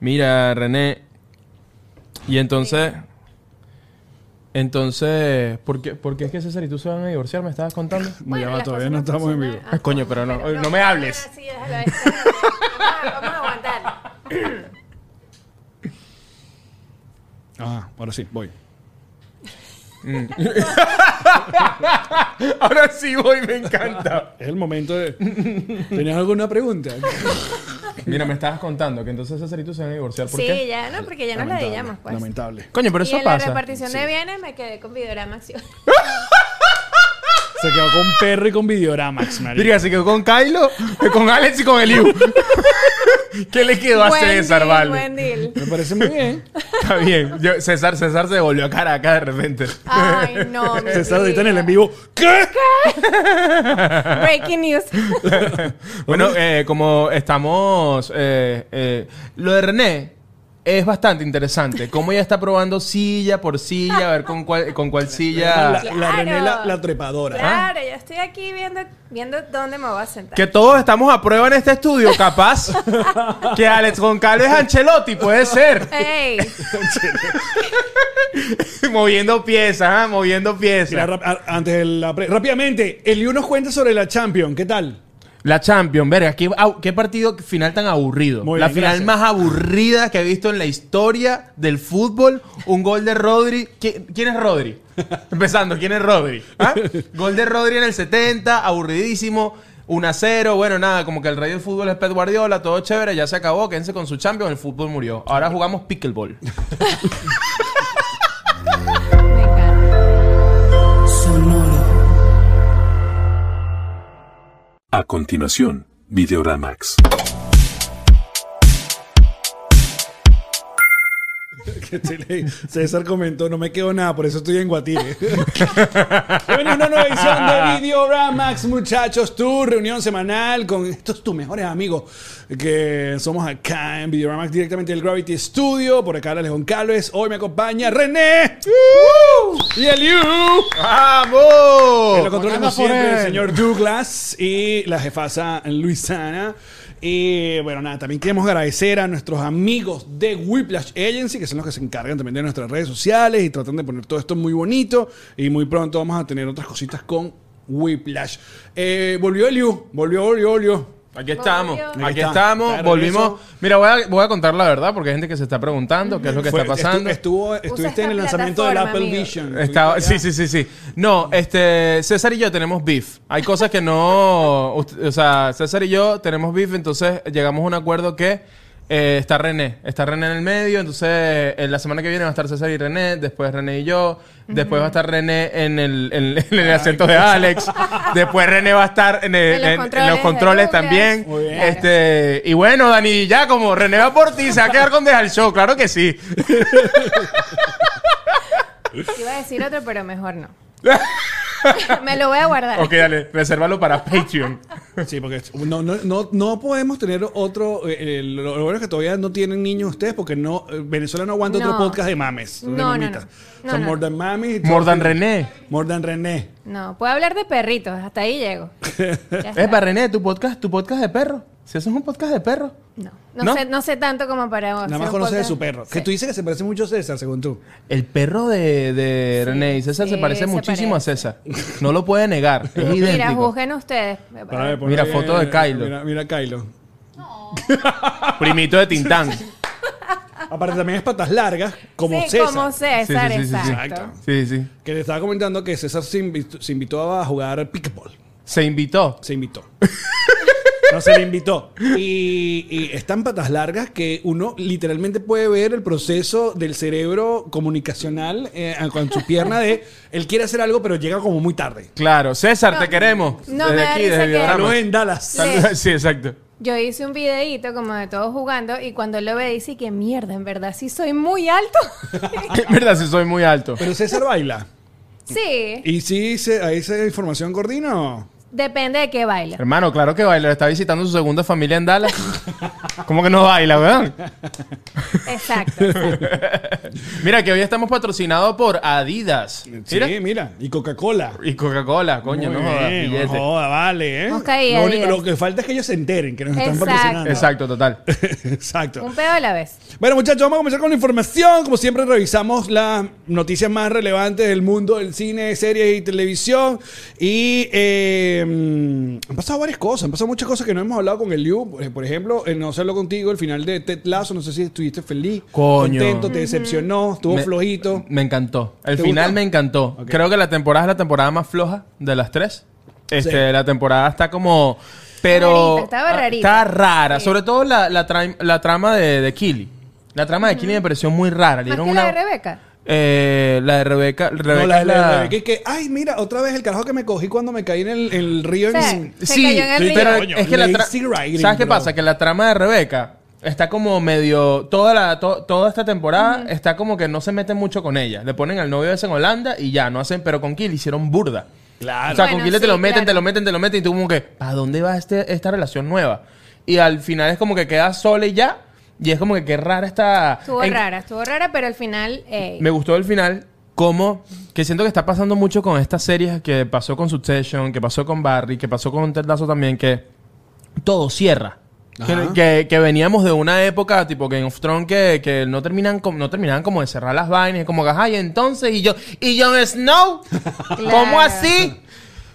Mira, René. Y entonces. Entonces, ¿por qué, por qué es que César y tú se van a divorciar? ¿Me estabas contando? Bueno, ya las cosas va, todavía no estamos en vivo. funcionan. Ah, coño, pero no, no me ah, hables. sí, déjalo ahí. vamos, a, vamos a aguantar. Ah, ahora sí, voy. Mm. Ahora sí voy, me encanta. Es el momento de. ¿Tenías alguna pregunta? Mira, me estabas contando que entonces César y tú se van a divorciar. ¿Por Sí, qué? ya no, porque ya no la Lamentable. digamos, pues. lamentable. Coño, pero y eso en la pasa. repartición de bienes me quedé con Videorama Acción. Se quedó con perro y con Videoramax, marico. Diría, se quedó con Kylo, eh, con Alex y con Eliu. ¿Qué le quedó a Buen César, deal, vale? Buen deal. Me parece muy bien. Está bien. Yo- César, César se volvió a Caracas de repente. Ay, no. mi César ahorita en vida. el en vivo. ¿Qué? Breaking news. Bueno, eh, como estamos... eh, eh, lo de René es bastante interesante. Cómo ella está probando silla por silla, a ver con cuál, con cuál La, silla... la René, la, Claro. la trepadora. Claro, yo estoy aquí viendo, viendo dónde me voy a sentar. Que todos estamos a prueba en este estudio, capaz. que Alex Goncalo es Ancelotti, puede ser. ¡Ey! moviendo piezas, ah, moviendo Mira, piezas. rap- a- antes de la pre- rápidamente, Eliu nos cuenta sobre la Champions. ¿Qué tal? La Champions, verga, qué, au- qué partido final tan aburrido. Muy la bien, final gracias. más aburrida que he visto en la historia del fútbol. Un gol de Rodri. ¿Qui- ¿Quién es Rodri? Empezando, ¿quién es Rodri? ¿Ah? Gol de Rodri en el 70, aburridísimo. 1 a 0, bueno, nada, como que el rey del fútbol es Pep Guardiola, todo chévere, ya se acabó, quédense con su Champions, el fútbol murió. Ahora jugamos pickleball. Me encanta. Sonoro. A continuación, Videoramax. Que te le- César comentó, no me quedó nada, por eso estoy en Guatire. Bienvenidos a una nueva edición de Videoramax, muchachos. Tu reunión semanal con estos tus mejores amigos que somos acá en Videoramax, directamente del Gravity Studio. Por acá, Alex Goncalves. Hoy me acompaña René. Y Eliu. ¡Vamos! Lo controla como Votando por siempre el él. señor Douglas y la jefasa Luisana. Y bueno, nada, también queremos agradecer a nuestros amigos de Whiplash Agency, que son los que se encargan también de nuestras redes sociales y tratan de poner todo esto muy bonito. Y muy pronto vamos a tener otras cositas con Whiplash. Eh, volvió Eliu, volvió, volvió, volvió. Aquí estamos, Volvió. aquí Ahí está. estamos, Está de volvimos. regreso. Mira, voy a, voy a contar la verdad porque hay gente que se está preguntando qué es lo que Fue- está pasando. Estuvo, estuviste esta en el lanzamiento del plataforma, Apple amigo. Vision. Estaba- Estuviste sí, allá. sí, sí, sí. No, este, César y yo tenemos beef. Hay cosas que no, ust- o sea, César y yo tenemos beef, entonces llegamos a un acuerdo que eh, está René, está René en el medio, entonces en la semana que viene va a estar César y René, después René y yo, después va a estar René en el, en- en el asiento de Alex, después René va a estar en, el- En los en- en los controles de controles Lucas. también. Muy bien. Este, y bueno, Dani, ya como René va por ti, se va a quedar con Deja el Show, claro que sí. Iba a decir otro, pero mejor no. Me lo voy a guardar. Ok, dale, resérvalo para Patreon. Sí, porque es- no, no, no, no podemos tener otro. eh, eh, lo, lo bueno es que todavía no tienen niños ustedes porque no eh, Venezuela no aguanta otro No. podcast de mames. de No, no, mamitas. no. O No, sea, no. More Than Mami. More Than René. More Than René. No, puedo hablar de perritos, hasta ahí llego. Ya está. Es para René, tu podcast, tu podcast de perro. Si haces un podcast de perro. No, no, ¿No? Sé, no sé tanto como para vos. Nada más conoces de su perro. Que tú dices que se parece mucho a César, según tú. El perro de, de René y César se sí, Eh, parece se muchísimo parece. a César. No lo puede negar. Es Mira, idéntico. juzguen ustedes. ponle Mira, foto de Kylo. Mira, mira Kylo. Primito de Tintán. Aparte, también es patas largas, como sí, César. como César, Sí, sí, sí, sí, sí. exacto. Exacto. Sí, sí. Que le estaba comentando que César se invitó, se invitó a jugar pickleball. Se invitó. Se invitó. No se le invitó. Y, y están patas largas que uno literalmente puede ver el proceso del cerebro comunicacional eh, con su pierna de él quiere hacer algo, pero llega como muy tarde. Claro. César, te queremos. no, me da risa que- Videorama. Saludos en Dallas. Saludos- Sí, exacto. Yo hice un videíto como de todos jugando y cuando lo ve dice que mierda, en verdad sí soy muy alto. En verdad, sí soy muy alto. Pero César baila. sí. ¿Y si se, ahí se información coordina o? Depende de qué baila. Hermano, claro que baila. Está visitando su segunda familia en Dallas. ¿Cómo que no baila, weón? Exacto. exacto. Mira, que hoy estamos patrocinados por Adidas. Sí, Mira. mira, y Coca-Cola. Y Coca-Cola, coño, Muy no jodas, bien, billete. no joda, vale, ¿eh? Ok, ahí lo, único- es. lo que falta es que ellos se enteren que nos están Exacto. patrocinando. Exacto, total. Exacto. Un pedo a la vez. Bueno, muchachos, vamos a comenzar con la información. Como siempre, revisamos las noticias más relevantes del mundo del cine, series y televisión. Y eh, mm, han pasado varias cosas, han pasado muchas cosas que no hemos hablado con el Liu. Por por ejemplo, eh, no se habló contigo el final de Ted Lasso. No sé si estuviste feliz, Coño. contento, te decepcionó, estuvo Me- flojito. Me encantó. El ¿Te final gustó? me encantó. Ok. Creo que la temporada es la temporada más floja de las tres. Este, Sí. la temporada está como. Pero. Rarita, estaba ah, rarita. Está rara. Sí. Sobre todo la, la, tra- la trama de, de Kili. La trama de Kili me pareció muy rara. Le Más que dieron la de una- Rebeca. Eh, la de Rebeca. Rebeca no, la, es la, la- la- que, que, ay, mira, otra vez el carajo que me cogí cuando me caí en el, en el río. Sí. en- Se cayó en el río. pero Coño, es que la tra- lazy writing, ¿Sabes qué bro. pasa? Que la trama de Rebeca está como medio toda la to- toda esta temporada está como que no se meten mucho con ella. Le ponen al novio ese en Holanda y ya, no hacen, pero con Kill hicieron burda. O Claro. sea, Bueno, con Kill te lo sí, meten, claro. te lo meten, te lo meten y tú como que, ¿para dónde va este, esta relación nueva? Y al final es como que queda sola y ya. Y es como que qué rara está. Estuvo En- rara, estuvo rara, pero al final. ey. me gustó el final como que siento que está pasando mucho con estas series que pasó con Succession, que pasó con Barry, que pasó con Ted Lasso también, que todo cierra. Que, Ajá. que- que veníamos de una época tipo Game of Thrones que, que no terminan com- no terminaban como de cerrar las vainas, y como que "Ajá, y entonces y yo y Jon Snow, Claro. ¿cómo así?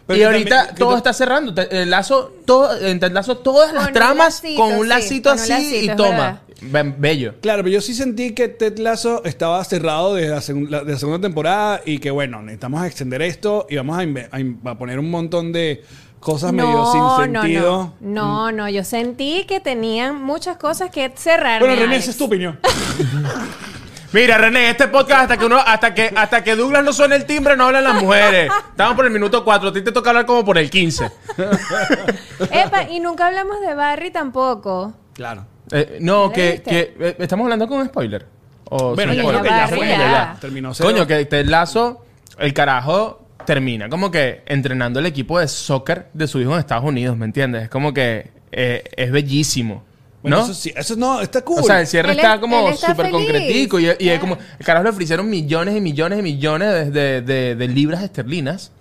Pero y que ahorita también- que todo tú- está cerrando. Te- El lazo, todo, en Ted Lasso todas las Con un tramas lacito, con un sí, lacito con un así lacito, y es toma. Be- Bello. Claro, pero yo sí sentí que Ted Lasso estaba cerrado desde la, segun- la- de la segunda temporada y que, bueno, necesitamos extender esto y vamos a, inve- a in- a poner un montón de cosas medio sin sentido. Mm. No, no, no, yo sentí que tenían muchas cosas que cerrar. Bueno, René, esa es tu opinión. Mira, René, este podcast hasta que uno, hasta que, hasta que Douglas no suene el timbre, no hablan las mujeres. Estamos por el minuto 4, a ti te toca hablar como por el 15. Epa, y nunca hablamos de Barry tampoco. claro. Eh, no, ¿La que, viste? que eh, estamos hablando con spoiler. O Bueno, sin ya spoiler? creo que ya fue, ya. Terminó cero. Coño, que te lazo, el carajo termina como que entrenando el equipo de soccer de su hijo en Estados Unidos, ¿me entiendes? Es como que eh, es bellísimo. Bueno, ¿no? eso sí, eso no, está cool. O sea, el cierre Él está es- como él está súper feliz. concretico. Y, y es Claro. como, el carajo le ofrecieron millones y millones y millones de, de- de- de libras esterlinas.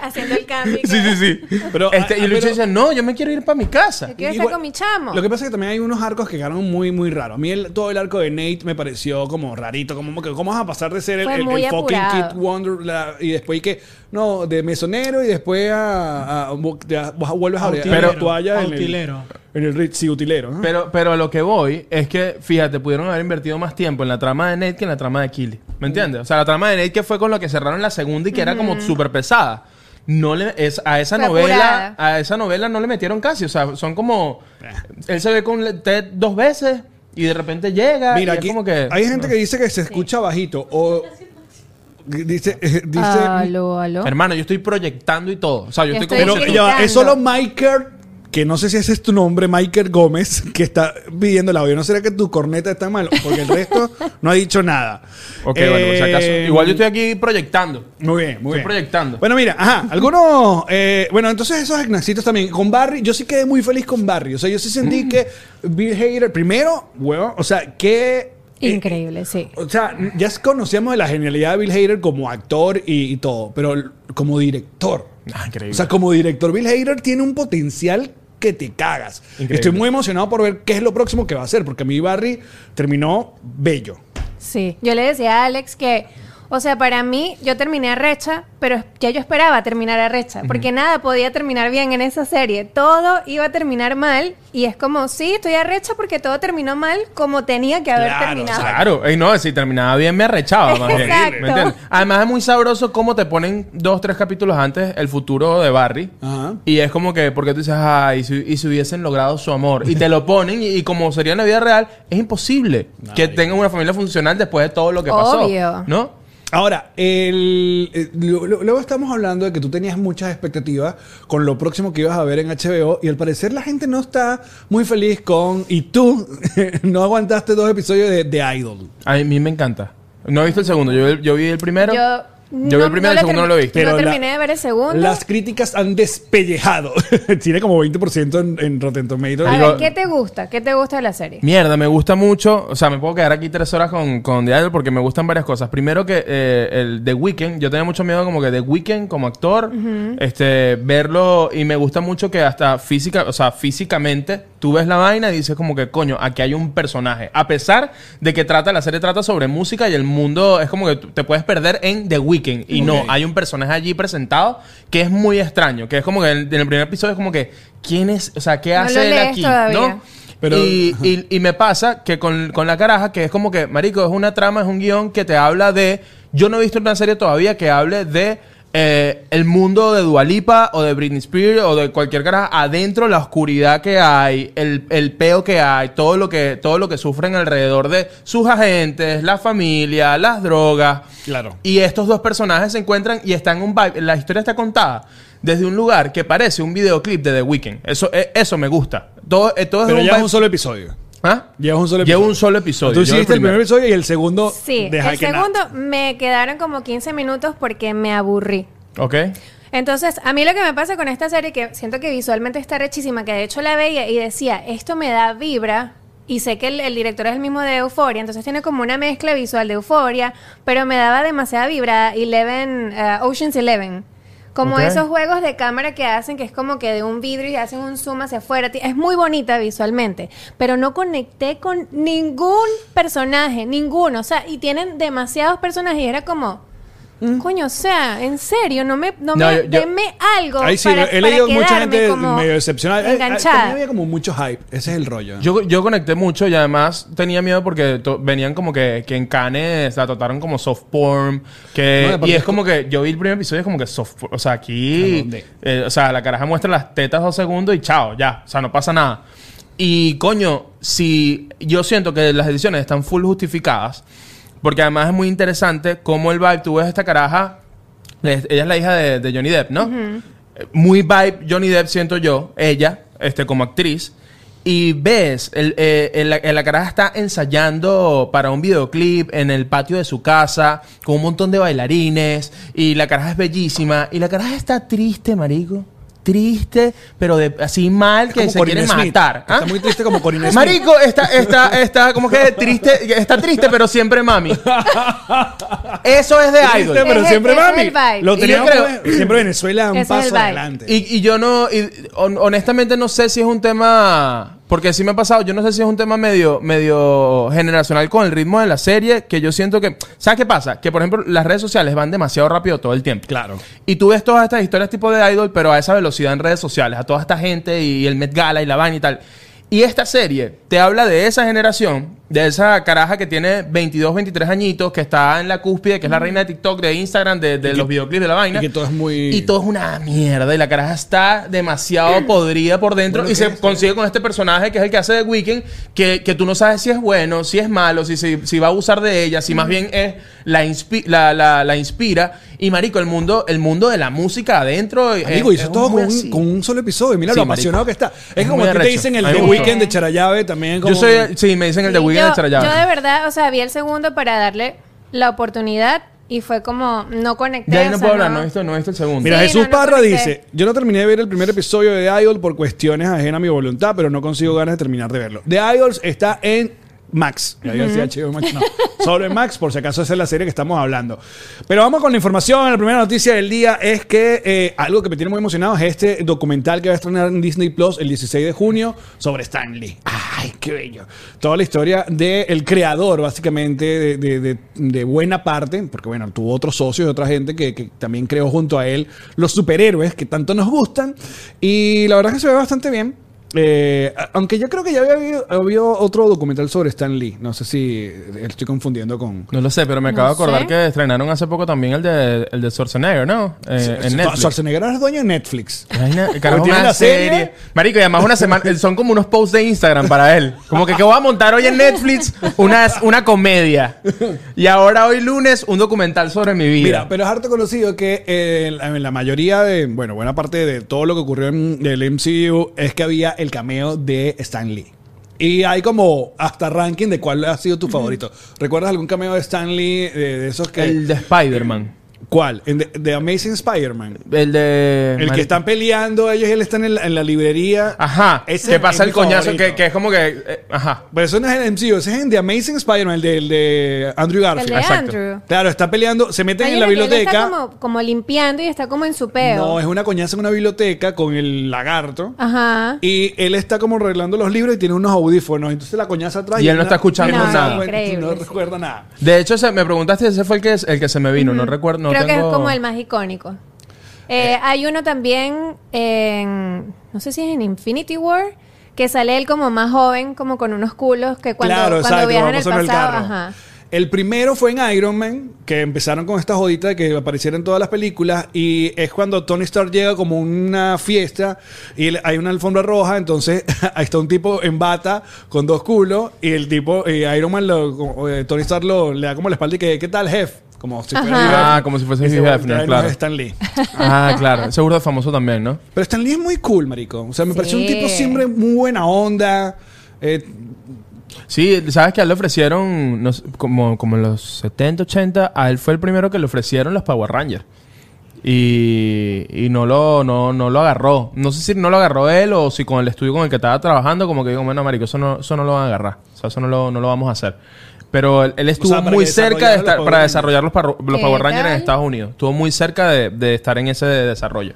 Haciendo el cambio. y que- Sí, sí, sí. Pero, Este, ah, y ah, el bicho pero- dice, no, yo me quiero ir para mi casa. Yo quiero estar Igual- con mi chamo. Lo que pasa es que también hay unos arcos que quedaron muy, muy raros. A mí el- todo el arco de Nate me pareció como rarito. Como que, ¿cómo vas a pasar de ser el, Fue el- muy el fucking apurado. Kid Wonder la- y después y que, no, de mesonero y después a, a- ya vuelves a Pero- a la toalla en Utilero. el, en el rit- sí, utilero. ¿no? Pero, pero a lo que voy es que, fíjate, pudieron haber invertido más tiempo en la trama de Nate que en la trama de Killy. ¿Me entiendes? O sea, la trama de Nate que fue con lo que cerraron la segunda y que era como súper pesada. No le, es, a esa Fue novela, apurada. a esa novela no le metieron casi. O sea, son como. Eh. Él se ve con le- Ted dos veces y de repente llega. Mira, y es aquí como que. hay gente que dice que se escucha bajito o dice eh, dice Aló, aló. Hermano, yo estoy proyectando y todo. O sea, yo Yo estoy, estoy como. pero gritando. ya va, es solo Miker que no sé si ese es tu nombre, Miker Gómez, que está pidiendo el audio. ¿No será que tu corneta está mal? Porque el resto no ha dicho nada. Ok, bueno, por si acaso. Eh, Igual yo estoy aquí proyectando. Muy bien, Estoy muy bien. proyectando. Bueno, mira, ajá, algunos. eh, bueno, entonces esos egnacitos también. Con Barry, yo sí quedé muy feliz con Barry. O sea, yo sí sentí que Bill Hader, primero, huevón, o sea, que. eh, Increíble, sí. O sea, ya conocíamos de la genialidad de Bill Hader como actor y, y todo, pero l- como director. Ah, increíble. O sea, como director, Bill Hader tiene un potencial que te cagas. Increíble. Estoy muy emocionado por ver qué es lo próximo que va a hacer, porque a mí Barry terminó bello. Sí. Yo le decía a Alex que, o sea, para mí, yo terminé arrecha, pero ya yo esperaba terminar arrecha, porque nada podía terminar bien en esa serie. Todo iba a terminar mal, y es como, sí, estoy arrecha porque todo terminó mal como tenía que haber Claro, terminado. Claro, y no, si terminaba bien me arrechaba más bien. Exacto. ¿me entiendes? Además es muy sabroso cómo te ponen dos, tres capítulos antes el futuro de Barry. Ajá. Y es como que, porque tú dices, ay, y si, y si hubiesen logrado su amor. Y te lo ponen y, y como sería en la vida real, es imposible que tengan una familia funcional después de todo lo que pasó. Obvio. ¿No? Ahora, el, eh, lo- lo- luego estamos hablando de que tú tenías muchas expectativas con lo próximo que ibas a ver en HBO y al parecer la gente no está muy feliz con... Y tú no aguantaste dos episodios de, de Idol. A mí me encanta. No he visto el segundo, yo, yo vi el primero. Yo Yo vi el primero, el segundo no lo vi. Pero Pero no la- terminé de ver el segundo. Las críticas han despellejado. Tiene como 20% en, en Rotten Tomatoes. A digo- ver, ¿qué te gusta? ¿Qué te gusta de la serie? Mierda, me gusta mucho. O sea, me puedo quedar aquí tres horas con, con The Idol porque me gustan varias cosas. Primero que eh, el The Weeknd, yo tenía mucho miedo como que The Weeknd como actor, este, verlo y me gusta mucho que hasta física, o sea, físicamente tú ves la vaina y dices como que coño, aquí hay un personaje. A pesar de que trata, la serie trata sobre música y el mundo es como que tú- te puedes perder en The Weeknd y no, hay un personaje allí presentado que es muy extraño, que es como que en, en el primer episodio es como que quién es, o sea, qué No lo hace él lees aquí, todavía. ¿no? Pero- y, y- y me pasa que con, con la caraja, que es como que, marico, es una trama, es un guión que te habla de. Yo no he visto una serie todavía que hable de. eh, el mundo de Dualipa o de Britney Spears o de cualquier caraja adentro la oscuridad que hay el, el peo que hay todo lo que todo lo que sufren alrededor de sus agentes la familia las drogas Claro. y estos dos personajes se encuentran y están en un vibe. La historia está contada desde un lugar que parece un videoclip de The Weeknd. Eso, eh, eso me gusta. Todo, eh, todo es Pero un ya es vibe- un solo episodio. ¿Ah? Llevas un solo Llevo episodio. un solo episodio. Tú Yo hiciste el primer primero. episodio y el segundo Sí, de el Hack and segundo Act. me quedaron como 15 minutos porque me aburrí. Ok. Entonces, a mí lo que me pasa con esta serie, que siento que visualmente está rechísima, que de hecho la veía y decía, esto me da vibra, y sé que el, el director es el mismo de Euforia, entonces tiene como una mezcla visual de Euforia, pero me daba demasiada vibra Eleven, eh, Ocean's Eleven. Como Ok. esos juegos de cámara que hacen, que es como que de un vidrio y hacen un zoom hacia afuera. Ti- Es muy bonita visualmente, pero no conecté con ningún personaje, ninguno. O sea, y tienen demasiados personajes y era como, Mm. coño, o sea, en serio, no me, no No, me, yo- yo- denme algo Ahí sí, para, he leído para mucha quedarme gente como medio decepcionada. Eh, eh, también Enganchada. había como mucho hype. Ese es el rollo. Yo, yo conecté mucho y además tenía miedo porque to- venían como que, que en Cannes la trataron como soft porn. No, y Que, aparte y es es como que yo vi el primer episodio y es como que soft porn. O sea, ¿A aquí. dónde? eh, o sea, la caraja muestra las tetas dos segundos y chao, ya. O sea, no pasa nada. Y coño, si yo siento que las ediciones están full justificadas. Porque además es muy interesante cómo el vibe, tú ves esta caraja es- Ella es la hija de, de Johnny Depp, ¿no? Eh, Muy vibe Johnny Depp, siento yo, ella, este, como actriz. Y ves, el, eh, el- la- la caraja está ensayando para un videoclip en el patio de su casa, con un montón de bailarines, y la caraja es bellísima, y la caraja está triste, marico. Triste, pero de, así mal que como se Corinne quiere Smith. matar. ¿ah? Está muy triste como Corinne Smith. Marico, está, está, está como que triste, está triste, pero siempre mami. Eso es de idol. Triste, pero Ese- siempre ese es mami. el vibe. Lo Y yo teníamos creo- como- siempre Venezuela Ese un es el paso vibe. adelante. Y, eh, y yo no, y hon- honestamente no sé si es un tema, porque sí me ha pasado, yo no sé si es un tema medio, medio generacional con el ritmo de la serie, que yo siento que, ¿sabes qué pasa? Que por ejemplo las redes sociales van demasiado rápido todo el tiempo. Claro. Y tú ves todas estas historias tipo de idol, pero a esa velocidad en redes sociales, a toda esta gente y el Met Gala y la van y tal. Y esta serie te habla de esa generación, de esa caraja que tiene 22, 23 añitos, que está en la cúspide, que es la reina de TikTok, de Instagram, de, de los videoclips de la vaina. Mm. y que todo es muy- Y todo es una mierda. Y la caraja está demasiado podrida por dentro. Bueno, y ¿qué se es? consigue con este personaje, que es el que hace de Weekend, que, que tú no sabes si es bueno, si es malo, si, si, si va a abusar de ella, si más bien es la, inspi- la, la- la inspira. Y marico, el mundo, el mundo de la música adentro. eh, Amigo, y eso es todo muy con un, así. con un solo episodio. Mira Sí, lo marico. apasionado que está. Es Es como muy a ti te arrecho. dicen el A mí The me gustó. Weekend de Charallave también. Como Yo soy, sí, me dicen el de Sí, Weekend yo- de Charallave. Yo de verdad, o sea, vi el segundo para darle la oportunidad y fue como, no conecté. De ahí no o sea, puedo hablar, no he visto, no he visto el segundo. Mira, Sí, Jesús no, no Parra conecté. dice, yo no terminé de ver el primer episodio de The Idol por cuestiones ajenas a mi voluntad, pero no consigo ganas de terminar de verlo. The Idols está en Max. Ya iba a decir HBO Max, no. Solo en Max, por si acaso esa es la serie que estamos hablando. Pero vamos con la información. La primera noticia del día es que eh, algo que me tiene muy emocionado es este documental que va a estrenar en Disney Plus el 16 de junio sobre Stan Lee. ¡Ay, qué bello! Toda la historia del creador, básicamente, de, de- de- de buena parte, porque bueno, tuvo otros socios y otra gente que, que también creó junto a él los superhéroes que tanto nos gustan. Y la verdad es que se ve bastante bien. Eh, a- aunque yo creo que ya había habido, había otro documental sobre Stan Lee. No sé si eh, estoy confundiendo con. No lo sé, pero me acabo de sé. acordar que estrenaron hace poco también el de, el de Schwarzenegger, ¿no? Eh, en Netflix. Schwarzenegger ahora es dueño de Netflix. Vaina, carajo, tiene una la serie. serie. Marico, y además una semana, eh, son como unos posts de Instagram para él. Como que, que voy a montar hoy en Netflix una, una comedia. Y ahora hoy lunes un documental sobre mi vida. Mira, pero es harto conocido que eh, en la- en la mayoría de, bueno, buena parte de todo lo que ocurrió en el MCU es que había el cameo de Stan Lee. Y hay como hasta ranking de cuál ha sido tu favorito. ¿Recuerdas algún cameo de Stan Lee, de, de esos que... el de Spider-Man. ¿Cuál? En The, The Amazing Spider-Man. El de. El Mari- que están peleando, ellos él están en la, en la librería. Ajá. Ese que es pasa mi el coñazo, favorito. que, que es como que. eh, ajá. Pero eso no es el MCU, ese es en The Amazing Spider-Man, el de, el de Andrew El Garfield. de Exacto. Andrew. Claro, está peleando, se meten Hay en la una que él biblioteca. Está como, como limpiando y está como en su peo. No, es una coñaza en una biblioteca con el lagarto. Ajá. Y él está como arreglando los libros y tiene unos audífonos. Entonces la coñaza atrás. Y él no está escuchando no, nada. No, Increíble, sí. recuerda nada. De hecho, se- me preguntaste, ese fue el que, el que se me vino. No recuerdo. No Creo que tengo- es como el más icónico. Eh, hay uno también en. No sé si es en Infinity War. Que sale él como más joven, como con unos culos que cuando, claro, cuando exacto. viaja en el vamos a pasado. ver carro. ajá. El primero fue en Iron Man, que empezaron con esta jodita de que apareciera en todas las películas, y es cuando Tony Stark llega como a una fiesta y le- hay una alfombra roja, entonces ahí está un tipo en bata con dos culos, y el tipo, eh, Iron Man, lo- como, eh, Tony Stark lo, le da como la espalda y que, ¿qué tal, jefe? Como si fuera Ajá. Hugh Hefner. Ah, como si fuese Y se Hugh voltea Hefner, y no es claro. Stan Lee. Ah, claro. Seguro es famoso también, ¿no? Pero Stan Lee es muy cool, marico. O sea, me Sí. pareció un tipo siempre muy buena onda. Eh, Sí, sabes que a él le ofrecieron, no sé, como, como en los 70, 80, a él fue el primero que le ofrecieron los Power Rangers. Y, y no, lo, no, no lo agarró. No sé si no lo agarró él o si con el estudio con el que estaba trabajando, como que digo, bueno, marico, eso no, eso no lo van a agarrar. O sea, eso no lo, no lo vamos a hacer. Pero él, él estuvo para muy que cerca de desarrollar los estar, Power para Rangers. desarrollar los, parro- los ¿Qué Power Rangers en tal? Estados Unidos. Estuvo muy cerca de, de estar en ese desarrollo.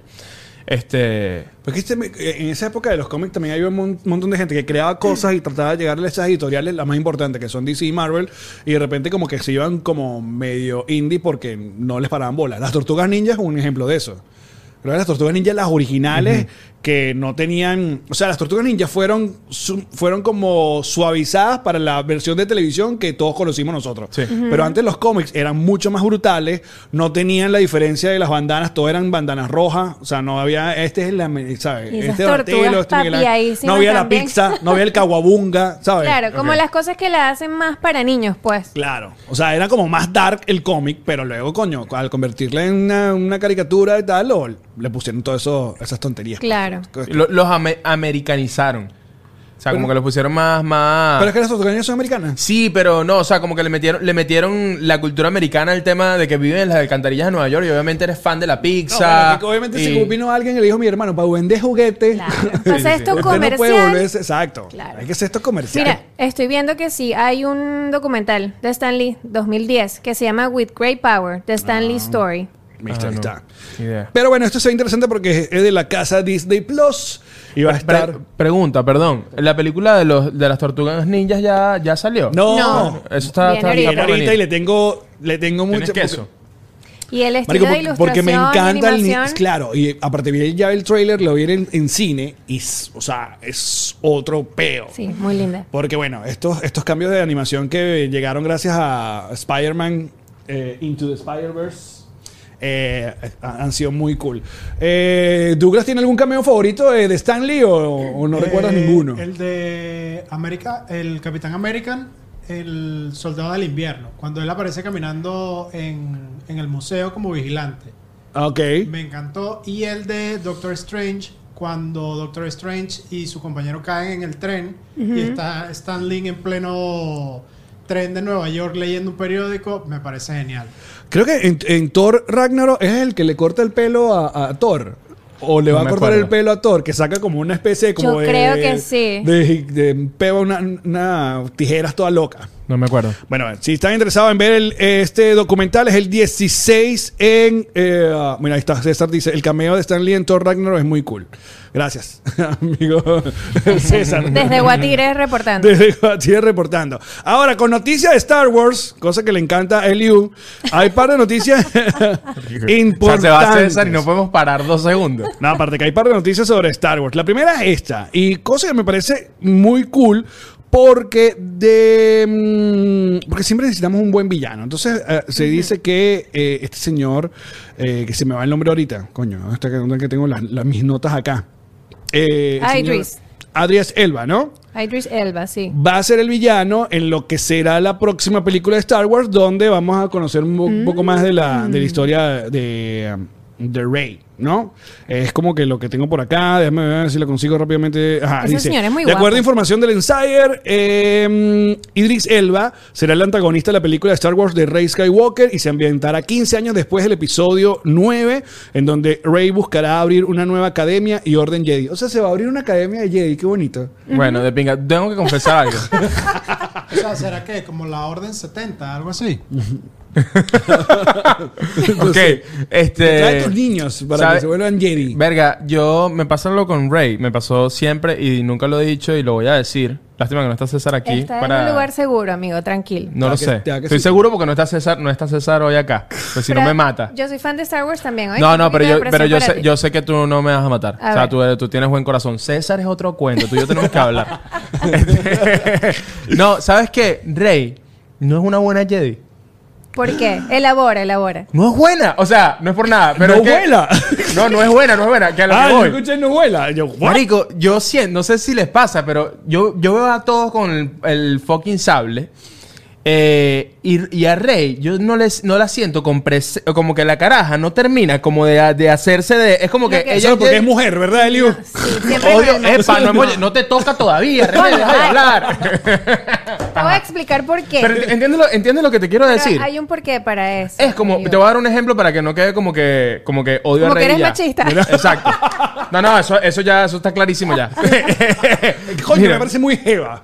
Este... porque este me- en esa época de los cómics también había un mon- montón de gente que creaba cosas y trataba de llegarle a esas editoriales, las más importantes, que son DC y Marvel, y de repente como que se iban como medio indie porque no les paraban bola. Las Tortugas Ninja es un ejemplo de eso. Pero las Tortugas Ninja, las originales, que no tenían... O sea, las Tortugas Ninja fueron, su- fueron como suavizadas para la versión de televisión que todos conocimos nosotros. Sí. Ujú. Pero antes los cómics eran mucho más brutales, no tenían la diferencia de las bandanas, todas eran bandanas rojas, o sea, no había... Este es la... ¿sabes? Y esas Este tortugas Bartelo, este Miguel Ángel. papiadísimas No había la también. pizza, no había el caguabunga, ¿sabes? Claro, como Ok. las cosas que la hacen más para niños, pues. Claro, o sea, era como más dark el cómic, pero luego, coño, al convertirle en una, una caricatura y tal, lo- le pusieron todas esas tonterías. Claro. Lo- los ame- americanizaron. O sea, como que los pusieron más, más... Pero es que las tortugas Ninja son americanas. Sí, pero no, o sea, como que le metieron, le metieron la cultura americana al tema de que viven en las alcantarillas de Nueva York y obviamente eres fan de la No, pizza. bueno, que obviamente y- si vino alguien y le dijo mi hermano, para vender juguetes. Claro. Entonces, sí, sí. esto Usted no puede comercial. volverse. Exacto. Claro. Hay que hacer esto comercial. Mira, estoy viendo que sí, hay un documental de Stan Lee 2010 que se llama With Great Power, The Stan Lee Story. Ah, Listo, ahí no, está. ni idea. Pero bueno, esto se ve interesante porque es de la casa Disney Plus. Y va a Pre- estar. pregunta, perdón. ¿La película de, los, de las tortugas ninjas ya, ya salió? No. No. Eso está, Viene está, está ahorita. Viene por ahorita venir. y le tengo, le tengo ¿Tienes mucho. queso? Y el estilo Marico, de por- ilustración, porque me encanta el ni- animación, Claro, y aparte vi ya el trailer, lo vi en, en cine, y s- o sea, es otro peo. Sí, muy linda. Porque bueno, estos, estos cambios de animación que llegaron gracias a Spider-Man eh, Into the Spider-Verse eh, han han sido muy cool. Eh, ¿Douglas tiene algún cameo favorito de, de Stan Lee o, o no recuerdas Eh, ninguno? El de América, el Capitán American, el Soldado del Invierno. Cuando él aparece caminando en, en el museo como vigilante. Ok. Me encantó. Y el de Doctor Strange, cuando Doctor Strange y su compañero caen en el tren y está Stan Lee en pleno tren de Nueva York leyendo un periódico, me parece genial. Creo que en, en Thor Ragnarok es el que le corta el pelo a, a Thor. O le No va a me cortar acuerdo. el pelo a Thor, que saca como una especie de- como Yo de- creo que sí. De, de- pega una, una tijeras toda loca. No me acuerdo. Bueno, si están interesados en ver el, eh, este documental, es el 16 en... eh, ah, mira, ahí está, César dice, el cameo de Stan Lee en Thor Ragnarok es muy cool. Gracias, amigo César. Desde Guatire reportando. Desde Guatire reportando. Ahora, con noticias de Star Wars, cosa que le encanta a Eliu, hay par de noticias O sea, se va a César y importantes. no podemos parar dos segundos. No, aparte que hay par de noticias sobre Star Wars. La primera es esta, y cosa que me parece muy cool, porque de mm, porque siempre necesitamos un buen villano. Entonces eh, se dice que eh, este señor, eh, que se me va el nombre ahorita, coño, hasta que, que tengo las, las- mis notas acá. Eh, el Ah, señor Idris. Adrias Elba, ¿no? Idris Elba, sí. va a ser el villano en lo que será la próxima película de Star Mm. Wars, donde vamos a conocer un po- poco más de la, de la historia de, um, de Rey. ¿No? Es como que lo que tengo por acá, déjame ver si lo consigo rápidamente. Ajá, Ese dice, señor es muy De acuerdo guapo. a información del Insider, eh, Idris Elba será el antagonista de la película de Star Wars de Rey Skywalker y se ambientará 15 años después del episodio 9, en donde Rey buscará abrir una nueva academia y Orden Jedi. O sea, se va a abrir una academia de Jedi, qué bonito. Bueno, de pinga. Tengo que confesar algo. O sea, ¿será que como la Orden 70, algo así? ok. Te trae Este. tus niños para ¿sabe? que se vuelvan Jedi. Verga, yo me pasa lo con Ray. Me pasó siempre y nunca lo he dicho y lo voy a decir. Lástima que no está César aquí. Está para... en un lugar seguro, amigo, tranquilo. No Ya lo que- sé. ya que Estoy sí. seguro porque no está César, no está César hoy acá. Pues si no Pero me mata. Yo soy fan de Star Wars también. ¿oíste? No, Un no, pero poquito de yo, pero yo presión para sé, ti. yo sé que tú no me vas a matar. A o sea, tú, tú tienes buen corazón. César es otro cuento. Tú y yo tenemos que hablar. Este, no, ¿sabes qué? Rey no es una buena Jedi. ¿Por qué? Elabora, elabora. No es buena. O sea, no es por nada. Pero ¡No es que- vuela! No, no es buena, no es buena. Que a lo Ah, que yo voy. escuché no vuela. Yo, ¿what? Marico, yo siento, no sé si les pasa, pero yo, yo veo a todos con el, el fucking sable. eh, y, y a Rey, yo no les no la siento con pres- como que la caraja no termina como de, de hacerse de. Es como que, Lo que- ella. Solo porque es mujer, ¿verdad, Eliu? Sí, siempre Odio- con el macho. epa, no, hemos- no te toca todavía, Rey, deja de hablar. Te voy a explicar por qué. Pero entiende lo, entiende lo que te quiero Pero decir. hay un porqué para eso. Es como, amigo. te voy a dar un ejemplo para que no quede como que, como que odio Como a Rey. que eres y ya. machista. Mira, Exacto. No, no, eso, eso ya, eso está clarísimo ya. Coño, Mira. me parece muy jeva.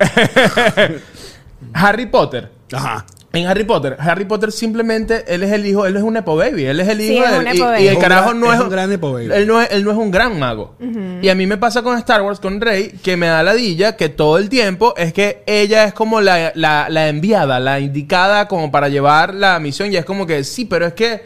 Harry Potter. Ajá. En Harry Potter, Harry Potter simplemente él es el hijo, él es un nepo baby, él es el Sí, hijo es del- un y, nepo baby. y Es el un carajo gran- no es es un gran nepo baby. Él no es, él no es un gran mago. Y a mí me pasa con Star Wars, con Rey, que me da la dilla que todo el tiempo es que ella es como la, la- la enviada, la indicada como para llevar la misión y es como que sí, pero es que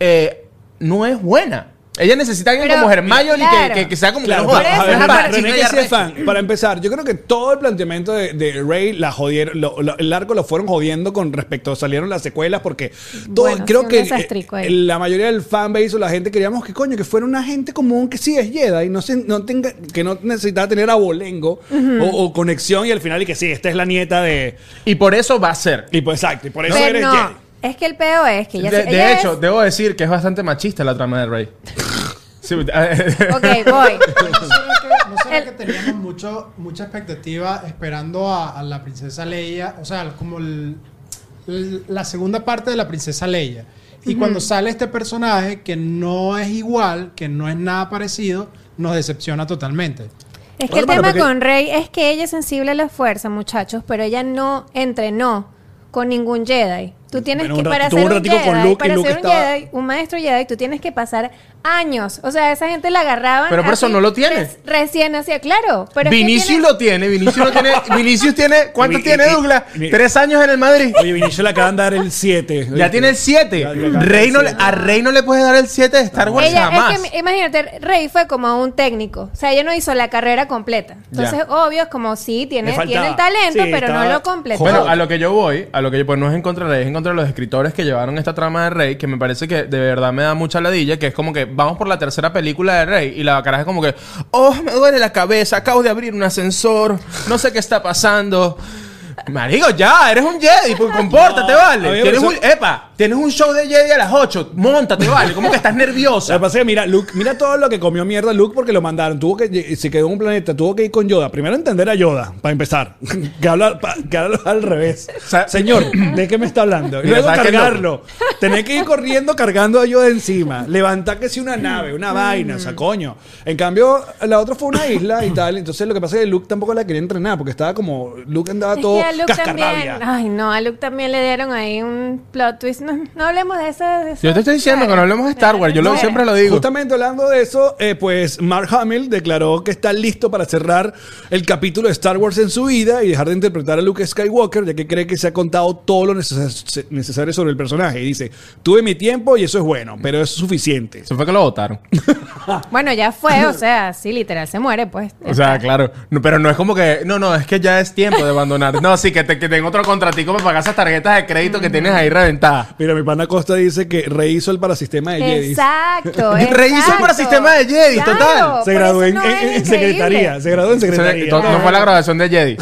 eh, no es buena. Ella necesita a alguien Pero, como Hermione y claro. que, que- que sea como que Claro, no joda. pero, a eso, ver, ajá, Es para- para- René chino, que ella sí es re- fan. Para empezar, yo creo que todo el planteamiento de, de Rey la jodieron, lo- lo- el arco lo fueron jodiendo con respecto, salieron las secuelas porque todo- Bueno, creo sí, un que desastrico ahí. eh, la mayoría del fanbase o la gente queríamos que coño, que fuera una gente común que sí es Jedi, no se- no tenga, que no necesitaba tener abolengo o, o conexión y al final y que sí, esta es la nieta de... Y por eso va a ser. Y pues exacto, y por eso Pero eres no. Jedi. Es que el peo es que ella de se- de ella hecho, es- debo decir que es bastante machista la trama de Rey. Sí, eh, Ok, voy. Pero ¿No será que, no será El- que teníamos mucho, mucha expectativa esperando a, a la princesa Leia? O sea, como el- el- la segunda parte de la princesa Leia. Y cuando sale este personaje que no es igual, que no es nada parecido, nos decepciona totalmente. Es que el Bueno, tema porque- con Rey es que ella es sensible a la fuerza, muchachos, pero ella no entrenó con ningún Jedi. Tú tienes Bueno, que un rato- para tuvo ser un un ratico Jedi, con Luke y para Luke ser un estaba- Jedi, un maestro Jedi, tú tienes que pasar años. O sea, esa gente la agarraban. Pero por eso así, no lo tiene. res- recién hacía, claro. Pero es que Vinicius tiene- lo tiene, Vinicius lo tiene, Vinicius tiene, ¿cuánto Vi- tiene vi- Douglas? vi- Tres años en el Madrid. Oye, Vinicius le acaban de dar el 7. Ya tiene el 7. Ya- ya ganó el Rey no le- siete. a Rey no le puedes dar el 7 de Star Wars Ella, jamás. es que imagínate, Rey fue como un técnico. O sea, ella no hizo la carrera completa. Entonces, obvio, es como sí, tiene, Le faltaba. tiene el talento, Sí, pero no estaba- lo completó. Bueno, a lo que yo voy, a lo que yo pues no es en contra de Rey, es en contra de los escritores que llevaron esta trama de Rey, que me parece que de verdad me da mucha ladilla, que es como que vamos por la tercera película de Rey y la caraja es como que, oh, me duele la cabeza, acabo de abrir un ascensor, no sé qué está pasando. Marico, ya, eres un Jedi, pues compórtate, a mí vale. me Tienes un, pareció- epa, tienes un show de Jedi a las 8, montate, vale. Como que estás O sea, nerviosa. pasa que mira, Luke, mira todo lo que comió mierda Luke porque lo mandaron. Tuvo que, se quedó en un planeta, tuvo que ir con Yoda. Primero entender a Yoda, para empezar. que, habla, pa- que habla al revés. sea, Señor, ¿de qué me está hablando? Y Mira, luego ¿sabes qué es cargarlo. Tener que ir corriendo cargando a Yoda encima. Levantar que si una nave, una vaina, o Mm. sea, coño. En cambio, la otra fue una isla y tal. Entonces lo que pasa es que Luke tampoco la quería entrenar porque estaba como. Luke andaba Es todo que a Luke también. cascarrabia. Ay, no, a Luke también le dieron ahí un plot twist. No, no hablemos de eso. de eso. Yo te estoy diciendo que no hablemos de Star Wars, yo lo, Bueno. siempre lo digo. Justamente hablando de eso, eh, pues Mark Hamill declaró que está listo para cerrar el capítulo de Star Wars en su vida y dejar de interpretar a Luke Skywalker, ya que cree que se ha contado todo lo neces- necesario sobre el personaje. Y dice, tuve mi tiempo y eso es bueno, pero es suficiente. Se fue que lo votaron. Bueno, ya fue, o sea, sí, literal, se muere, pues. O sea, claro. No, pero no es como que. No, no, es que ya es tiempo de abandonar. No, sí, que, te, que tengo otro contratico para pagar esas tarjetas de crédito que tienes ahí reventadas. Mira, mi pana Costa dice que rehizo el parasistema de Jedi. Exacto. Rehizo exacto. para sistema de Jedi, total. por Se graduó eso en, no en- es en increíble. secretaría. Se graduó en O sea, secretaría. to- no fue la grabación de Jedi.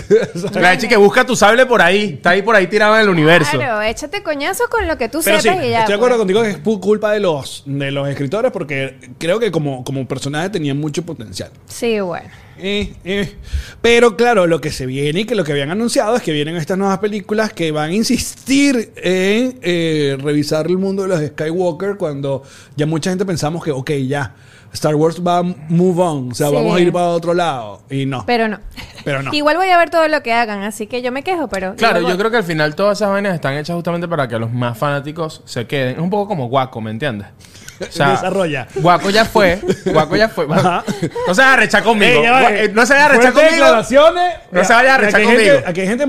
la chica que busca tu sable por ahí. Está ahí por ahí tirado en el universo. Claro, échate coñazos con lo que tú Pero sepas sí, y ya. estoy de acuerdo pues. contigo que es pu- culpa de los, de los escritores porque creo que como, como personaje tenía mucho potencial. Sí, bueno. Eh, eh. Pero claro, lo que se viene y que lo que habían anunciado es que vienen estas nuevas películas que van a insistir en eh, revisar el mundo de los Skywalker cuando ya mucha gente pensamos que, ok, ya, Star Wars va a move on, o sea, Sí. vamos a ir para otro lado. Y no. Pero no. Pero no. Igual voy a ver todo lo que hagan, así que yo me quejo, pero. Claro, igual yo voy. creo que al final todas esas vainas están hechas justamente para que los más fanáticos se queden. Es un poco como Guaco, ¿me entiendes? O Desarrolla. Guaco ya fue. Guaco ya fue. Ajá. No se vaya a rechar conmigo. Ey, ya va, Gua- eh, no se vaya a rechar fuertes conmigo. declaraciones. No se vaya a Aquí hay rechar gente- conmigo. Aquí hay gente en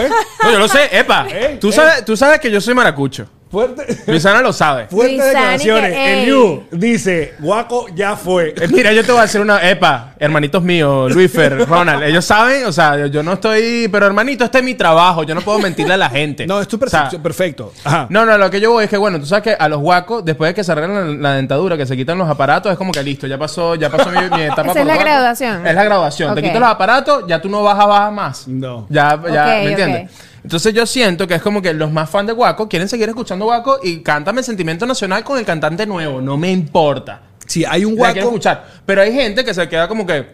¿eh? No, yo lo sé. Epa, Ey, tú, ey. Sabes, tú sabes que yo soy maracucho. Fuerte. Luisana lo sabe. Fuertes Luisani, declaraciones. que, ey. El Yu dice, Guaco ya fue. Eh, Mira, yo te voy a hacer una. Epa, hermanitos míos, Luisfer, Ronald, ellos saben, o sea, yo- yo no estoy. Pero hermanito, este es mi trabajo, yo no puedo mentirle a la gente. No, es tu O sea, percepción. perfecto. Ajá. No, no, lo que yo voy es que, bueno, tú sabes que a los guacos, después de que se arreglan la, la dentadura, que se quitan los aparatos, es como que listo, ya pasó, ya pasó mi, mi etapa. Esa por es la guaco. graduación. Es la graduación. Ok. Te quitan los aparatos, ya tú no bajas, bajas más. No. Ya, ya, Ok, ¿me ok. entiendes? Entonces yo siento que es como que los más fan de guaco quieren seguir escuchando guaco y cántame Sentimiento Nacional con el cantante nuevo, no me importa Si hay un la quiero Guaco... escuchar. Pero hay gente que se queda como que,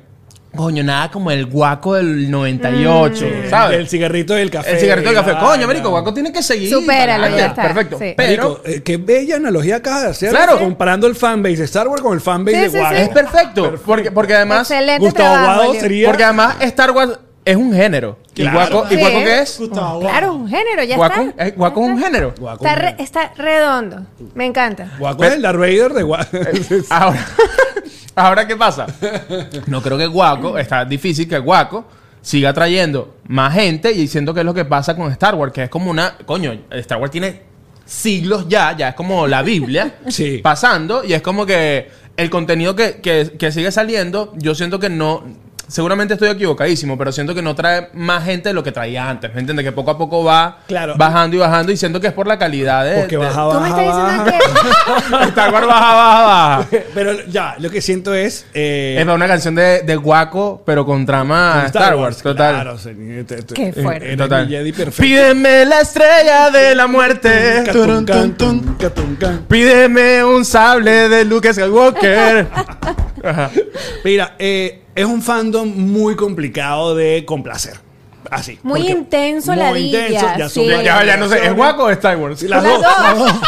coño, nada como el guaco del 98, Mm. ¿sabes? El cigarrito del café. El cigarrito de café. Ah, Coño, no. marico, guaco tiene que seguir. Supéralo, Vale, ya está, Perfecto. sí. Pero Marico, eh, qué bella analogía acabas de hacer. Claro. Comparando el fanbase de Star Wars con el fanbase Sí, de sí, Guaco. sí. es perfecto. Porque, porque además... Excelente Gustavo trabajo, Aguado Leo. sería- Porque además Star Wars es un género. ¿Y Claro. guaco, ¿y Sí. guaco qué es? Gustavo. Claro, un género, ya Guaco, está. eh, guaco es un género. Guaco, Está, re- está redondo. Me encanta. Guaco es el Darth Vader de Guaco. Ahora, ahora ¿qué pasa? No creo que Guaco, está difícil que Guaco siga trayendo más gente y diciendo que es lo que pasa con Star Wars, que es como una, coño, Star Wars tiene siglos ya, ya es como la Biblia Sí. pasando y es como que el contenido que, que- que sigue saliendo, yo siento que no, seguramente estoy equivocadísimo, pero siento que no trae más gente de lo que traía antes, ¿me entiendes? Que poco a poco va Claro. bajando y bajando y siento que es por la calidad de... Porque de- baja, Tú me baja, estás baja. diciendo que. Star Wars baja, baja, baja. Pero ya, lo que siento es... eh, Es una canción de, de guaco, pero con trama con Star, Wars, total. Claro, señor, te- te- Qué eh, fuerte. eres Total. mi Jedi perfecto. Pídeme la estrella de la muerte. Catun, can, tun, catun, can. Pídeme un sable de Luke Skywalker. Mira, eh, es un fandom muy complicado de complacer. Así. Muy porque- intenso, muy ladilla, intenso, ya sí. son ya, varias Ah, ya, ya no sé, ¿es generaciones. guaco o Star Wars? Las Las dos. dos.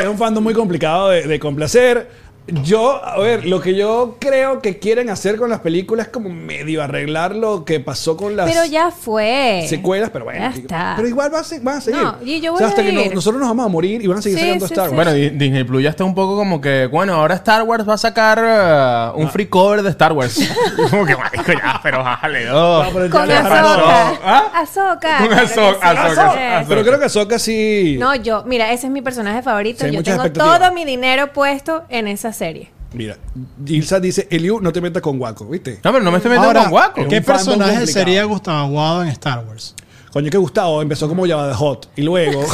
es un fandom muy complicado de, de complacer. Yo, a ver, lo que yo creo que quieren hacer con las películas es como medio arreglar lo que pasó con las Pero ya fue. secuelas, pero bueno. Ya está. Pero igual van a, se- van a seguir. No, y yo voy a hasta que ir. no- nosotros nos vamos a morir y van a seguir Sí, sacando sí, Star sí. Wars. Bueno, Di- Disney Plus ya está un poco como que, bueno, ahora Star Wars va a sacar eh, un free cover de Star Wars. como que, marico, ya, pero bájale dos. No, pero ya Con le Azoka. pasó. ¿Ah? Azoka. Con Ahsoka, Ahsoka, Ahsoka. Pero creo que Ahsoka sí... No, yo, mira, ese es mi personaje favorito. Sí, hay yo muchas tengo expectativas. todo mi dinero puesto en esa serie. Mira, Ilsa dice, Eliu, no te metas con Waco, ¿viste? No, pero no me estoy metiendo Ahora, con guaco. Es ¿qué un fandom personaje complicado. sería Gustavo Aguado en Star Wars? Coño, que Gustavo empezó como Java de Hot y luego.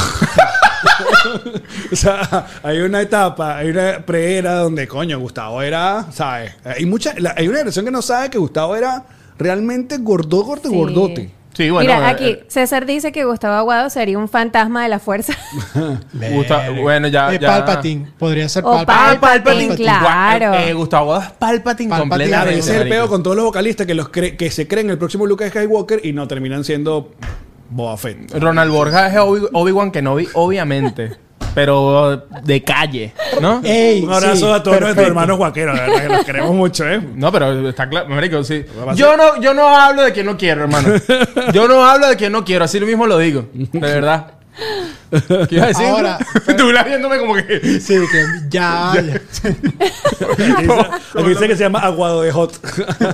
o sea, hay una etapa, hay una preera donde, coño, Gustavo era, ¿sabes? Hay, mucha, la- hay una generación que no sabe que Gustavo era realmente gordo, gordo, Sí. gordote. Sí, bueno, Mira, eh, aquí César dice que Gustavo Aguado sería un fantasma de la fuerza. Gusta- bueno, ya. Eh, ya. Palpatine. Podría ser O Ah, Palpatine. Palpatine, claro. Guau, eh, Gustavo es Palpatine, Palpatine. Claro, y completamente. ese es el marico. peo con todos los vocalistas que, los cre- que se creen el próximo Lucas Skywalker y no terminan siendo Boba Fett. Ronald Borja es Obi- Obi-Wan Kenobi, obviamente. Pero de calle, ¿no? Ey, Un abrazo sí, a todos nuestros perfecto. hermanos guaqueros, la verdad que los queremos mucho, ¿eh? No, pero está claro, marico, sí. Yo no, yo no hablo de quien no quiero, hermano. Yo no hablo de quien no quiero, así lo mismo lo digo, de verdad. ¿Qué ibas a decir? Ahora, Tú la viéndome como que... Sí, que ya. ya. Aquí dice, aquí dice que se llama Aguado de Hot.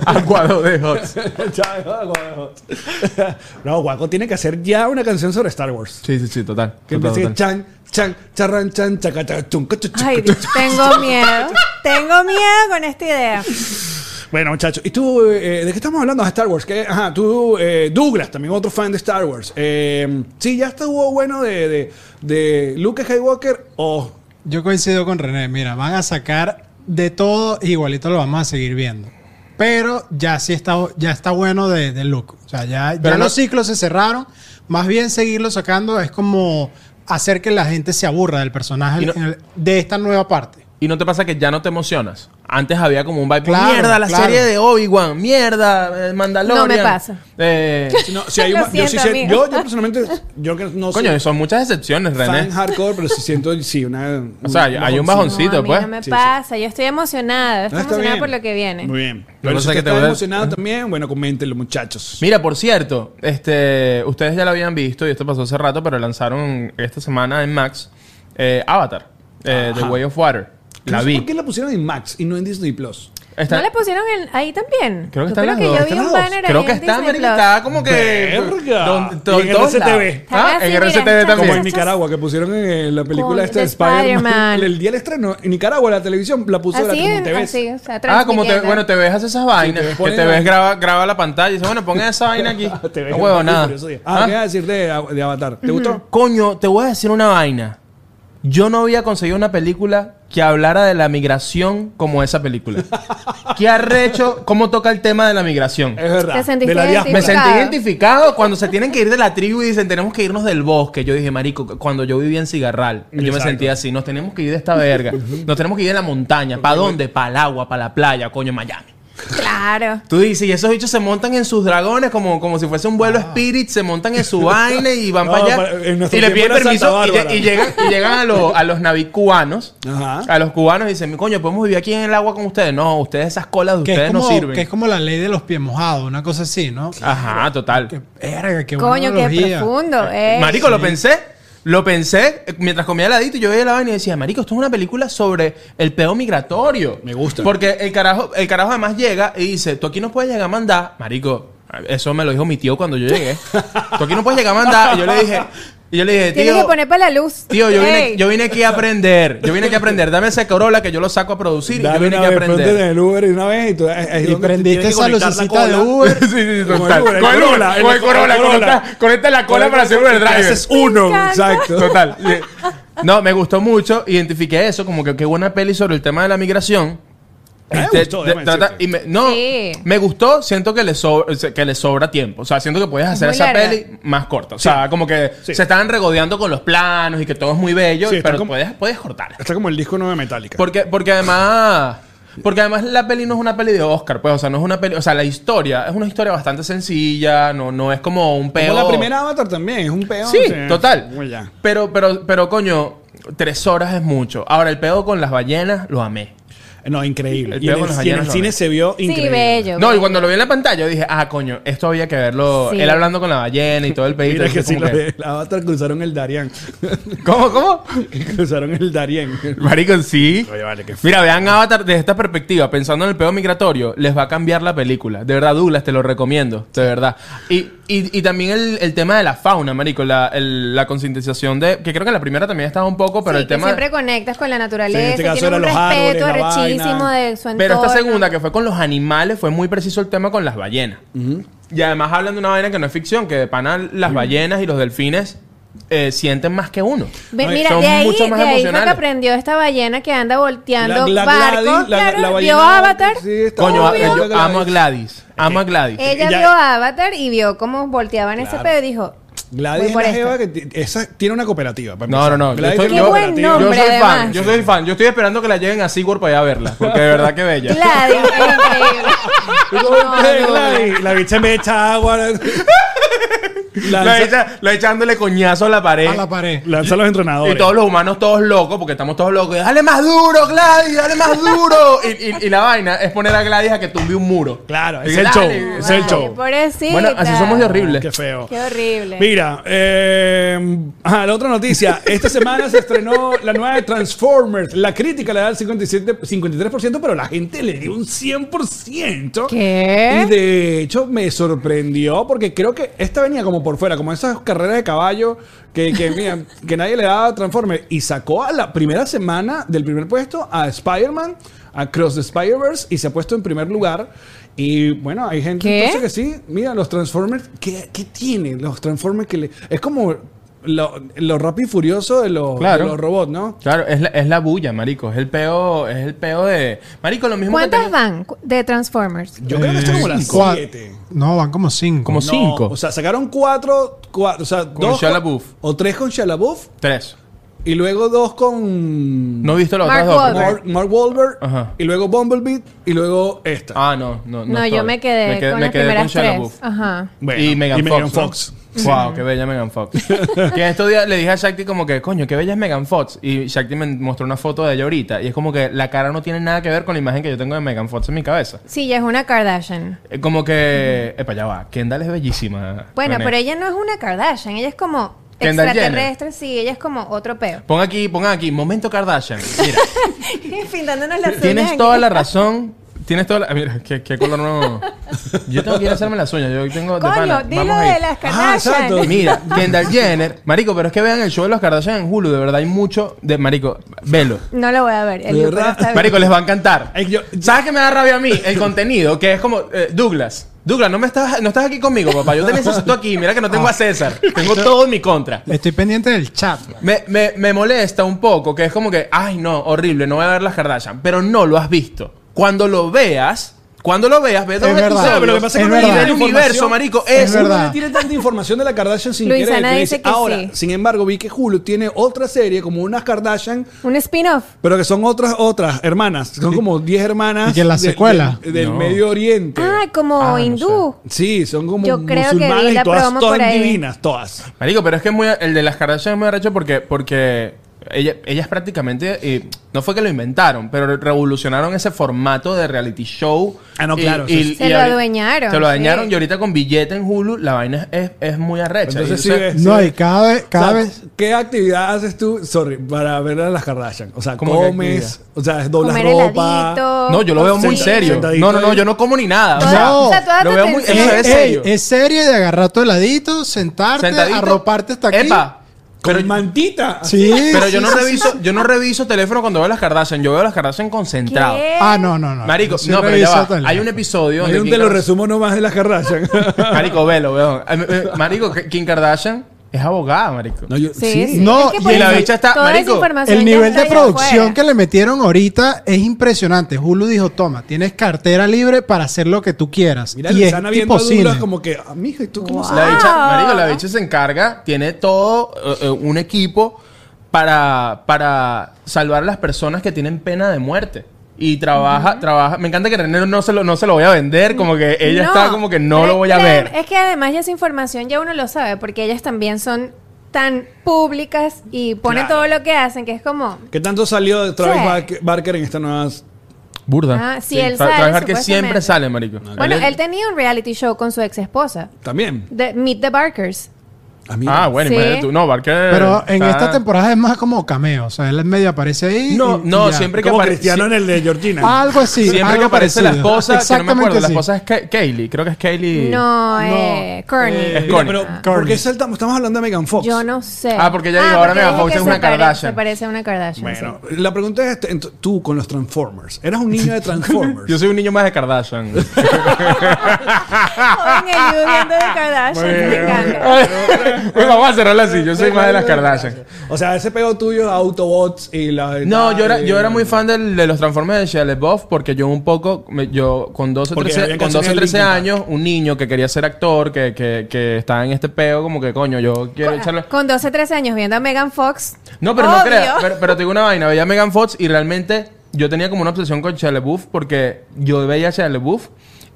Aguado de hot. Chávez, Guaco, Guaco. no, Guaco tiene que hacer ya una canción sobre Star Wars. Sí, sí, sí, total. Que total, empiece total. chan, chan, charran, chan, chaca, chaca, chun, cachu, chun, Ay, cachu. Dios, tengo miedo. Tengo miedo con esta idea. Bueno, muchachos. ¿Y tú, eh, de qué estamos hablando? Ah, Star Wars. ¿Qué? Ajá, tú, eh, Douglas, también otro fan de Star Wars. Eh, sí, ya estuvo bueno de, de, de Luke Skywalker o... Yo coincido con René. Mira, van a sacar de todo, igualito lo vamos a seguir viendo. Pero ya sí está, ya está bueno de, de look. O sea, ya, Pero ya no- los ciclos se cerraron. Más bien seguirlo sacando es como hacer que la gente se aburra del personaje Y no- en el- de esta nueva parte. ¿Y no te pasa que ya no te emocionas? Antes había como un vibe. Claro, mierda, la claro. serie de Obi-Wan. Mierda, eh, Mandalorian. No me pasa. Eh, No, si hay Lo una- yo, sí siento, sé- amigo. yo, yo personalmente, yo que no coño, soy son muchas excepciones, René. fan hardcore, pero sí siento, sí, una... O sea, hay- hay un No, bajoncito, a mí pues. No me Sí, sí. pasa, yo estoy emocionada. Estoy Ah, está emocionada bien. por lo que viene. Muy bien. Lo que Pero si pasa es que usted te está voy a- emocionado también, bueno, coméntenlo, muchachos. Mira, por cierto, este, ustedes ya lo habían visto y esto pasó hace rato, pero lanzaron esta semana en Max eh, Avatar, eh, The Ajá. Way of Water. La No sé ¿Por vi. qué la pusieron en Max y no en Disney Plus? Está- ¿No le pusieron en- ahí también? Creo Yo que están las que dos. yo Están vi un las dos. banner Creo ahí que en está, Disney marica, Plus. está como que... Verga. Don- Y to- en todos RCTV. lados. Ah, Ah, en sí, RCTV mira, también. Como en Muchachos. Nicaragua, que pusieron eh, la película Con- esta de de Spider-Man. Spider-Man. el día del estreno. En Nicaragua, la televisión la puso Así, la como te ves. así, o sea, Ah, como te, transmitiendo. bueno, te ves haces esas vainas. te ves que ponen te la- ves, graba, graba la pantalla y dices, bueno, pongan esa vaina aquí. Te ves no huevo muy nada. curioso. Ah, Ah, ¿qué iba a decir de, de Avatar? ¿Te gustó? Coño, te voy a decir una vaina. Yo no había conseguido una película que hablara de la migración como esa película. ¿Qué arrecho? ¿Cómo toca el tema de la migración? Es verdad. ¿Te sentiste de la diáspora. Me sentí Identificado. identificado cuando se tienen que ir de la tribu y dicen, tenemos que irnos del bosque. Yo dije, marico, cuando yo vivía en Cigarral, yo me Exacto. sentía así, nos tenemos que ir de esta verga. Nos tenemos que ir de la montaña. ¿Para dónde? Para el agua, para la playa, coño, Miami. Claro. Tú dices, y esos bichos se montan en sus dragones como, como si fuese un vuelo Spirit, se montan en su vaina y van Ah. No, para allá. para- en nuestro y le tiempo piden era Santa permiso y, lle- Bárbara. y llegan, y llegan a, los- a los naví cubanos. Ajá. A los cubanos y dicen, coño, podemos vivir aquí en el agua con ustedes. No, ustedes esas colas de Que ustedes es, como, no sirven. que es como la ley de los pies mojados, una cosa así, ¿no? Ajá, total. Que, verga, qué buena Coño, qué analogía. profundo. eh. Marico, lo pensé. Lo pensé eh, mientras comía heladito y yo veía la vaina y decía, Marico, esto es una película sobre el peo migratorio. Me gusta. Porque el carajo, el carajo además llega y dice, tú aquí no puedes llegar a mandar. Marico, eso me lo dijo mi tío cuando yo llegué. tú aquí no puedes llegar a mandar. Y yo le dije, y yo le dije, Tienes que tío. poner para la luz. Tío, yo vine, Ey. yo vine aquí a aprender. Yo vine aquí a aprender. Dame ese corola que yo lo saco a producir y yo Dale vine una aquí a vez, prendete en aprender. el Uber y una vez y tú... ahí- ahí es Y donde prendiste tienes que esa conectar la lucecita de cola. Uber. Sí, sí, sí, Con el Uber, total. Con el con Uber, el con el corola. Corolla. Conecta conecta la cola para hacer Uber Te Driver. Haces uno, Me encanta. exacto. Total. No, me gustó mucho. Identifiqué eso, como que qué buena peli sobre el tema de la migración. A mí me gustó, de- déjame Este, trata- decirte. y me- no, Sí. me gustó. Siento que le, sobra, que le sobra tiempo. O sea, siento que puedes hacer muy esa larga. peli más corta. O sea, como que Sí. se estaban regodeando con los planos y que todo es muy bello, Sí, está pero como- puedes, puedes cortar. Está como el disco nuevo de Metallica. Porque, porque además. Porque además la peli no es una peli de Oscar, pues, o sea, no es una peli, o sea, la historia es una historia bastante sencilla, no, no es como un peo. Como la primera Avatar también, es un peón. Sí, o sea, total. muy ya. Pero, pero, pero, coño, tres horas es mucho. Ahora, el pedo con las ballenas lo amé. No, increíble. El Y peo en con el, las y en el ballenas, cine no. se vio Sí, increíble. bello. No, y bello. cuando lo vi en la pantalla dije, ah, coño, esto había que verlo. Sí. Él hablando con la ballena y todo el pedito. Mira que Entonces, sí, como los que- de Avatar cruzaron el Darién. ¿Cómo, cómo? cruzaron el Darién. Marico, sí. Oye, vale, qué Mira, vean Avatar desde esta perspectiva, pensando en el pedo migratorio, les va a cambiar la película. De verdad, Douglas, te lo recomiendo, de verdad. Y, y, y también el, el tema de la fauna, Marico, la, el- la concientización de. Que creo que en la primera también estaba un poco, pero Sí, el que tema. siempre conectas con la naturaleza. Sí, en este caso tiene un eran los árboles, respeto la arrechísimo vaina. de su entorno. Pero esta segunda, que fue con los animales, fue muy preciso el tema con las ballenas. Y además hablan de una vaina que no es ficción, que de pana las ballenas y los delfines eh, sienten más que uno. Ve, No, y mira, son de ahí, mucho más de ahí fue que emocionales. aprendió esta ballena que anda volteando Gladys, barcos. claro, ballena- vio Avatar. Sí, está- Coño, a- Obvio. yo amo a Gladys. Amo a Gladys. Ella Ya- vio Avatar y vio cómo volteaban ese Claro. pedo y dijo... Gladys voy es por la esta. jeva que ti- esa tiene una cooperativa. para No, empezar. no, no. Gladys estoy- tiene Qué una buen cooperativa. nombre, yo soy fan, además. yo soy fan. Yo estoy esperando que la lleven a Sigurd para allá a verla. Porque de verdad que bella. Gladys, era increíble. No, Eh, no. Gladys, La bicha me echa agua. La, Lanza, echa- la echándole coñazo a la pared. A la pared. lanza a los entrenadores. Y todos los humanos, todos locos, porque estamos todos locos. Dale más duro, Gladys, dale más duro. Y, y- y la vaina es poner a Gladys a que tumbe un muro. Claro, Y es el dale, show. dale. Es el Ay, show. pobrecita. Bueno, así somos de horribles. Qué feo. Qué horrible. Mira, eh, ajá, la otra noticia. Esta semana se estrenó la nueva de Transformers. La crítica le da el 57, 53%, pero la gente le dio un 100%. ¿Qué? Y de hecho me sorprendió porque creo que esta venía como por fuera, como esas carreras de caballo que, que, mira, que nadie le daba transforme. Y sacó a la primera semana del primer puesto a Spider-Man, a Cross the Spider-Verse, y se ha puesto en primer lugar. Y bueno, hay gente ¿Qué? entonces que sí, mira, los Transformers, ¿qué, qué tienen los Transformers que le... Es como lo, lo rápido y furioso de los, de Claro. los robots, ¿no? Claro, es la, es la bulla, marico. Es el peo, es el peo de... Marico, lo mismo que... ¿Cuántas tenía- van cu- de Transformers? Yo creo que esto es Eh, como las Cua- siete. No, van como cinco. Como No, cinco. O sea, sacaron cuatro, cuatro o sea, dos Shia LaBeouf. o tres con Shalabuf Tres. y luego dos con No he visto las Mark otras dos. Wahlberg. pero- Mark, Mark Wahlberg Ajá. y luego Bumblebee y luego esta. Ah, no, no, no. No, yo estoy. me quedé con me las primeras Shia tres. LaBeouf. Ajá. Bueno, y Megan y Fox. Megan ¿no? Fox. Wow, qué bella Megan Fox. que estos días le dije a Shakti como que, coño, qué bella es Megan Fox. Y Shakti me mostró una foto de ella ahorita. Y es como que la cara no tiene nada que ver con la imagen que yo tengo de Megan Fox en mi cabeza. Sí, ya es una Kardashian. Eh, Como que, epa, ya va. Kendall es bellísima. Bueno, René. pero ella no es una Kardashian, ella es como Kendall Jenner. extraterrestre, sí, ella es como otro peo. Pon aquí, pon aquí, momento Kardashian. Mira, Pintándonos las uñas. tienes aquí. toda la razón. Tienes toda la. ah, Mira, qué, qué color no. Yo tengo que ir a hacerme las uñas. Yo tengo. de pana. Coño, Vamos dilo a ir. de las Kardashian. exacto. Mira, Kendall Jenner. Marico, pero es que vean el show de los Kardashian en Hulu. De verdad, hay mucho de. Marico, velo. No lo voy a ver. El De Lupe no verdad. está bien. Marico, les va a encantar. Ay, yo- ¿Sabes qué me da rabia a mí? El contenido, que es como eh, Douglas. Douglas, no me estás, no estás aquí conmigo, papá. Yo te necesito aquí. Mira que no tengo a César. Tengo todo en mi contra. Estoy pendiente del chat. Me, me- me molesta un poco, que es como que, ay no, horrible, no voy a ver las Kardashian. Pero no lo has visto. Cuando lo veas, cuando lo veas, ve dos verdad. episodios. Pero lo que pasa es que y no le ve dan el universo, información. marico. Es Es, verdad. Uno le tiene tanta información de la Kardashian sin Luisana querer. que dice que Ahora, sí. sin embargo, vi que Hulu tiene otra serie como unas Kardashian, Un spin-off. pero que son otras otras hermanas, son como 10 hermanas ¿Y que la de- secuela? de- del No. Medio Oriente. Ah, como Ah, no hindú. Sí, son como Yo creo que vi musulmanas la y todas, promo todas por ahí. divinas, todas. Marico, pero es que es muy, el de las Kardashian es muy arrecho porque, porque ella- ellas prácticamente, y no fue que lo inventaron, pero revolucionaron ese formato de reality show. Ah, no, Y- claro, y- sí. Se y lo ahori- adueñaron, Se lo adueñaron sí. y ahorita con billete en Hulu la vaina es, es muy arrecha. Entonces Y sí entonces- ves. No, Sí. y cada vez, cada O sea, vez ¿Qué actividad haces tú, sorry, para ver a las Kardashian? O sea, ¿Cómo que comes, o sea, doblas Comer ropa. heladito. No, yo lo veo muy Sí. serio. Sentadito No, no, no, ahí. yo no como ni nada. Toda- o sea, toda lo tu veo muy, atención. eso es Ey, serio. es serio de agarrar tu heladito, sentarte, Sentadito. arroparte hasta aquí. Epa. Con Pero, mantita. Sí. pero yo sí, no sí, reviso, sí. yo no reviso teléfono cuando veo las Kardashian, yo veo las Kardashian concentrado. ¿Qué? Ah, no, no, no. Marico, Yo sí no, pero reviso ya va. tal- Hay un episodio Hay donde un Kim te lo Kardashian- resumo nomás de las Kardashian. Marico, velo, weón. Eh, eh, Marico, K- Kim Kardashian es abogada, marico. No, yo- Sí, sí. sí. No, Es que y por la eso bicha está- toda esa marico, información El ya nivel está de allá producción afuera. que le metieron ahorita es impresionante. Hulu dijo, toma, tienes cartera libre para hacer lo que tú quieras. Mira, y es Luisana viendo tipo a Douglas cine. como que, "Ah, mija, ¿y tú cómo Wow. sabes? La bicha, Ah. marico, la bicha se encarga, tiene todo eh, eh, un equipo para, para salvar a las personas que tienen pena de muerte. Y trabaja, trabaja. Me encanta que René no se lo, no se lo voy a vender, como que ella No, eh, está como que no pero lo voy a es que- ver. Es que además ya esa información ya uno lo sabe, porque ellas también son tan públicas y ponen Claro. todo lo que hacen, que es como... ¿Qué tanto salió de Travis Sí. Barker- Barker en esta nueva... Burda. Ah, sí, él Tra- sale, trabajar que siempre supuestamente. sale, marico. Bueno, él tenía un reality show con su ex esposa, También. Meet the Barkers. A mí. Ah, bueno, Sí. imagínate tú. No, Barker. Pero en está- esta temporada es más como cameo. O sea, él medio aparece ahí. Ah. No, y- y no, ya. siempre que Como apare- Cristiano si- en el de Georgina. Algo así. Siempre algo que aparece la parecido. esposa, que no me acuerdo, la sí. esposa es Ka- Kaylee, creo que es Kaylee. No, eh, eh, Courtney. es Mira, Corny. pero, ¿por qué saltamos? Estamos hablando de Megan Fox. Ah. Yo no sé. Ah, porque ella dijo, ahora porque Megan dijo Fox que es se una pare- Kardashian. Se parece a una Kardashian. Bueno, sí. la pregunta es, este, ent- tú con los Transformers, eras un niño de Transformers. Yo soy un niño más de Kardashian. Joven Eliud viendo de Kardashian. Me encanta. Bueno, vamos a cerrarla así, yo soy más de las Kardashian. O sea, ese pego tuyo, Autobots y la... No, yo era, eh, yo era muy fan del- de los Transformers de Shia LaBeouf porque yo un poco, me- yo con 12 o Porque 13, había con canciones 12, de 13 Linkin Park. años, un niño que quería ser actor, que, que, que estaba en este peo, como que coño, yo quiero echarle... Con 12, 13 años viendo a Megan Fox. No, pero no obvio. creas. Pero, pero te digo una vaina. Veía a Megan Fox y realmente yo tenía como una obsesión con Shia LaBeouf porque yo veía a Shia LaBeouf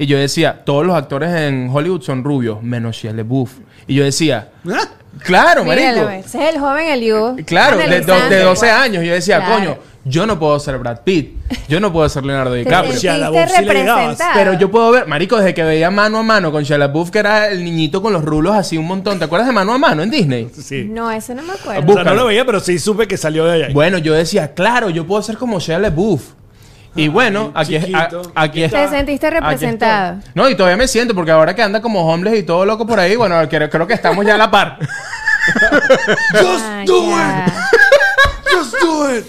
y yo decía, todos los actores en Hollywood son rubios, menos Shia LaBeouf. Y yo decía, ¿Ah? claro, Míralo, marico. ese es el joven Eliud. Claro, de, do- de Analizando. 12 años. Yo decía, Claro. coño, yo no puo ser Brad Pitt. Yo no puedo ser Leonardo Te DiCaprio. Sí, a la sentiste voz sí le llegabas, representado. Pero yo puedo ver, marico, desde que veía mano a mano con Shia LaBeouf, que era el niñito con los rulos así un montón. ¿Te acuerdas de mano a mano en Disney? Sí. No, ese no me acuerdo. O sea, no Búscalo. lo veía, pero sí supe que salió de allá. Bueno, yo decía, claro, yo puedo ser como Shia LaBeouf. Y bueno, aquí, es- a- chiquito. aquí es- Te sentiste Aquí estoy. representado. No, y todavía me siento, porque ahora que anda como homeless y todo loco por ahí, bueno, creo, creo que estamos ya a la par. Just Ah, do ya. it. Just do it.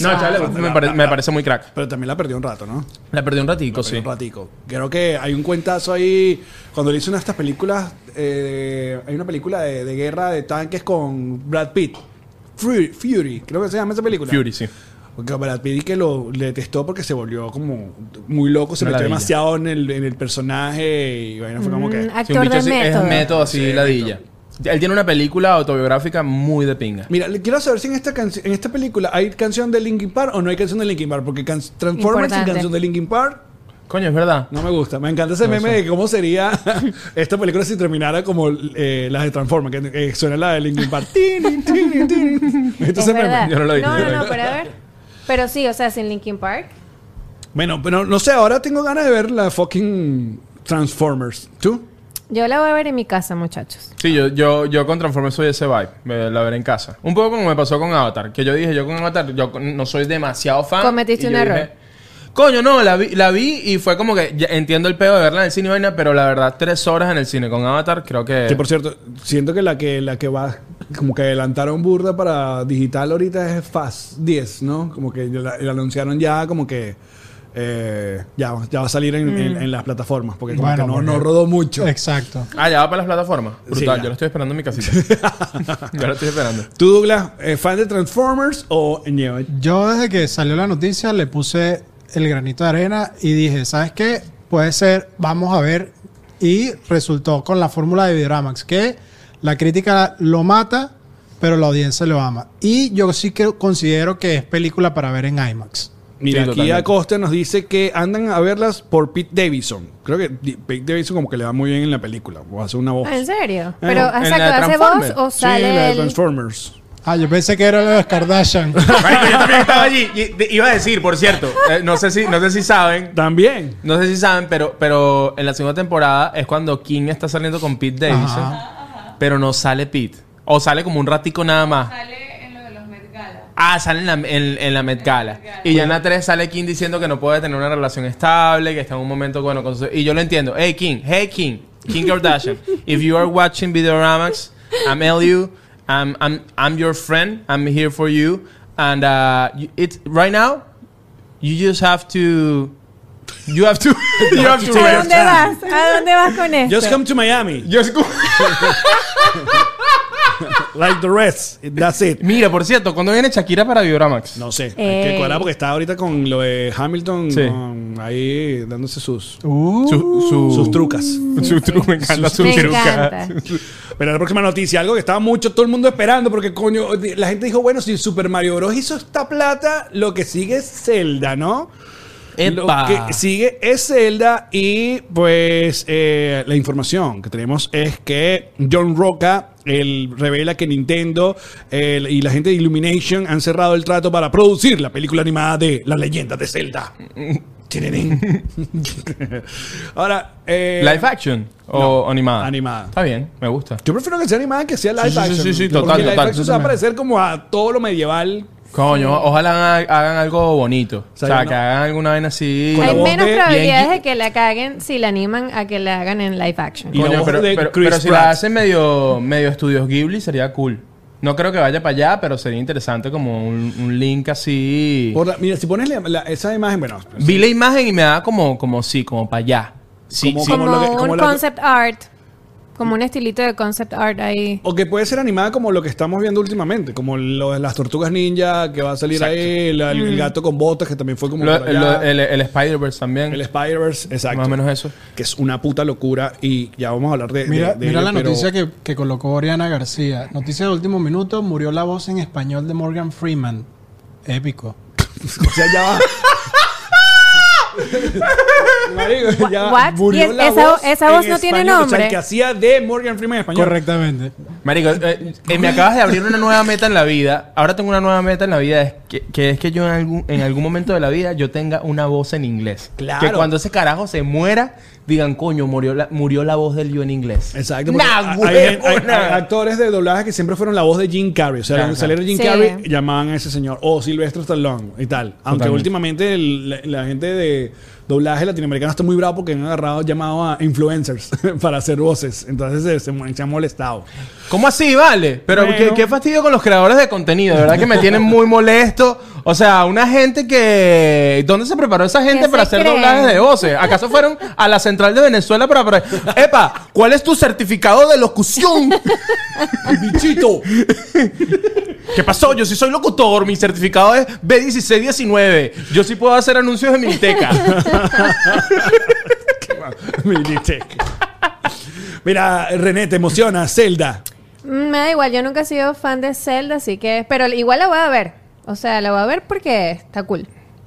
no, chale, me, pare- me parece muy crack. Pero también la perdió un rato, ¿no? La perdí un ratico, sí. Un ratico. Creo que hay un cuentazo ahí. Cuando le hizo una de estas películas. eh, hay una película de, de guerra de tanques con Brad Pitt. Fury, Fury, creo que se llama esa película. Fury, sí. Porque a Brad Pitt que lo le detestó porque se volvió como muy loco, se Una metió ladilla. demasiado en el, en el personaje y bueno, fue como Mm, que. Sí, un actor bicho de así- es método. un método así, Sí, ladilla. Él tiene una película autobiográfica muy de pinga. Mira, le- quiero saber si en esta canci- en esta película hay canción de Linkin Park o no hay canción de Linkin Park, porque can- Transformers sin Importante. canción de Linkin Park Coño, es verdad. No me gusta. Me encanta ese No meme sé. de cómo sería esta película si terminara como eh, las de Transformers, que eh, suena la de Linkin Park. Tinin, tinin, tinin. Es Entonces, meme. verdad. yo no lo dije. No, no, no, pero a ver. Pero sí, o sea, sin Linkin Park. Bueno, pero no sé, ahora tengo ganas de ver la fucking Transformers. ¿Tú? Yo la voy a ver en mi casa, muchachos. Sí, yo, yo, yo con Transformers soy ese vibe. Me la veré en casa. Un poco como me pasó con Avatar. Que yo dije, yo con Avatar, yo con- no soy demasiado fan. Cometiste Ah, Y un yo error. dije, Coño, no, la vi, la vi y fue como que ya entiendo el pedo de verla en el cine y vaina, pero la verdad, tres horas en el cine con Avatar, creo Eh. que. Que por cierto, siento que la que la que va como que adelantaron burda para digital ahorita es Fast 10, ¿no? Como que ya la, la anunciaron ya como que eh, ya, ya va a salir en, Mm. en- en las plataformas, porque como Bueno, que no, porque- no rodó mucho. Exacto. Ah, ya va para las plataformas. Brutal, ya. yo lo estoy esperando en mi casita. yo lo estoy esperando. ¿Tú, Douglas, eh, fan de Transformers o ñeo? Yo desde que salió la noticia le puse el granito de arena y dije, ¿sabes qué? Puede ser, vamos a ver. Y resultó con la fórmula de Vidramax, que la crítica lo mata, pero la audiencia lo ama. Y yo sí que considero que es película para ver en IMAX. Mira, Sí, aquí totalmente. Acosta nos dice que andan a verlas por Pete Davidson. Creo que di- Pete Davidson como que le va muy bien en la película. O hace una voz. Ah, ¿En serio? "Oh". en Pero, la de ¿hace hace voz Transformers. o Sí, la de sale el- Transformers. Ah, yo pensé que era la de Kardashian. Marico, yo también estaba allí. Y de- iba a decir, por cierto, eh, no, sé si, no sé si saben. También. No sé si saben, pero, pero en la segunda temporada es cuando King está saliendo con Pete Davidson. Pero no sale Pete. O sale como un ratico nada más. Sale en lo de los Met Gala. Ah, sale en la, en, en la Met Gala. Y ya en la 3 sale King diciendo que no puede tener una relación estable, que está en un momento bueno con su... Y yo lo entiendo. Hey, King. Hey, King. King Kardashian. If you are watching Videoramax, I'm LU. I'm, I'm, I'm your friend. I'm here for you. And uh, you- it, right now, you just have to... You have to... you have to... ¿A rest. dónde vas? ¿A dónde vas con esto? Just come to Miami. Just go- Like the rest. That's it. Mira, por cierto, ¿cuándo viene Shakira para Videoramax? No sé. Hay que Ey. cuadrar porque está ahorita con lo de Hamilton. Sí. con- ahí dándose sus, Uh, Su, su, sus trucas. Su truco, me encanta su Me truca. encanta. Pero la próxima noticia, algo que estaba mucho todo el mundo esperando, porque coño, la gente dijo, bueno, si Super Mario Bros. hizo esta plata, lo que sigue es Zelda, ¿no? Epa. Lo que sigue es Zelda y pues eh, la información que tenemos es que John Roca él revela que Nintendo él y la gente de Illumination han cerrado el trato para producir la película animada de La leyenda de Zelda. Tirirín. Ahora, eh, ¿Live action o animada? animada. Está bien, me gusta. yo prefiero que sea animada que sea live Sí, sí, sí, action. sí, sí, Porque total, live total, action yo se va a también. parecer como a todo lo medieval. Coño, ojalá hagan, hagan algo bonito. O sea, sea, yo que no- hagan alguna vaina así. Con la Hay voz menos de- probabilidades Yankee. de que la caguen si la animan a que la hagan en live action. Y la Coño, voz pero, de pero- Chris pero si Pratt. la hacen medio, medio estudios Ghibli sería cool. No creo que vaya para allá, pero sería interesante como un, un link así. Por la- mira, si pones la- la- esa imagen, bueno, Vi la imagen y me da como, como sí, como para allá. Sí, Como- sí. Como, lo que- como un lo que- concept art. Como un estilito de concept art ahí. O que puede ser animada como lo que estamos viendo últimamente, como lo de las tortugas ninja que va a salir ahí, la- el gato con botas que también fue como Mm. Lo- para allá, lo- el el Spider-Verse también. el Spider-Verse, exacto. Más o menos eso. Que es una puta locura y ya vamos a hablar de. de- Mira, de mira ello, la pero- noticia que, que colocó Oriana García. Noticia de último minuto, murió la voz en español de Morgan Freeman. Épico. O sea, ya va. Marico, ya What? murió ¿Y es- la esa- voz esa voz en no tiene español, O sea, nombre? el que hacía de Morgan Freeman en español. Correctamente. Marico, eh, eh, me acabas de abrir una nueva meta en la vida. Ahora tengo una nueva meta en la vida, es que, que es que yo en algún, en algún momento de la vida yo tenga una voz en inglés. Claro. Que cuando ese carajo se muera, digan, coño, murió la, murió la voz del yo en inglés. Exacto. porque Nah, hay- hay, hay- huevona. hay actores de doblaje que siempre fueron la voz de Jim Carrey. O sea, Claro, cuando saliera Jim Sí. Carrey, llamaban a ese señor. O Silvestre Stallone y tal. Aunque Totalmente. últimamente el- la, la gente de doblaje latinoamericano está muy bravo porque han agarrado, llamado a influencers para hacer voces. Entonces se, se- se han molestado. ¿Cómo así, vale? Pero Bueno. qué, qué fastidio con los creadores de contenido, de verdad que me tienen muy molesto. O sea, una gente que... ¿Dónde se preparó esa gente ¿Qué para se hacer creen? doblajes de voces? ¿Acaso fueron a la central de Venezuela para... para- Epa, ¿cuál es tu certificado de locución? ¡Bichito! ¿Qué pasó? Yo sí soy locutor, mi certificado es B1619. Yo sí puedo hacer anuncios de Miniteca. Militech. Mira, René, te emociona. Zelda. Mm, Me da igual, yo nunca he sido fan de Zelda, así que. Pero igual la voy a ver. O sea, la voy a ver porque está cool.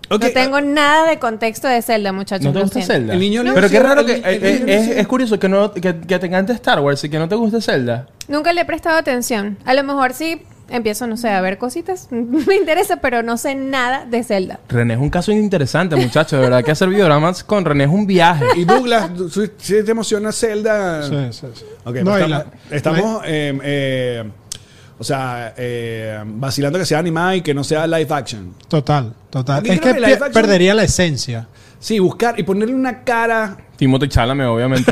Ok, ah, no tengo nada de contexto de Zelda, muchachos. ¿No te lo gusta siento. Zelda? El niño le Pero qué decía- raro el que... ni- eh, el niño eh, le es, decía- es curioso que, no, que, que te encante Star Wars y que no te guste Zelda. Nunca le he prestado atención. A lo mejor sí empiezo, no sé, a ver cositas. Me interesa, pero no sé nada de Zelda. René es un caso interesante, muchachos. De verdad que hacer videodramas con René es un viaje. Y Douglas, ¿tú- tú- ¿sí te emociona Zelda? Sí, sí, sí. Ok, No, pues y estamos, la- estamos, eh, eh, o sea, eh, vacilando que sea animada y que no sea live action. la- total, total. Yo Es creo que que live pie- action- perdería la esencia. Sí, buscar y ponerle una cara. Timothy Chalamet, obviamente.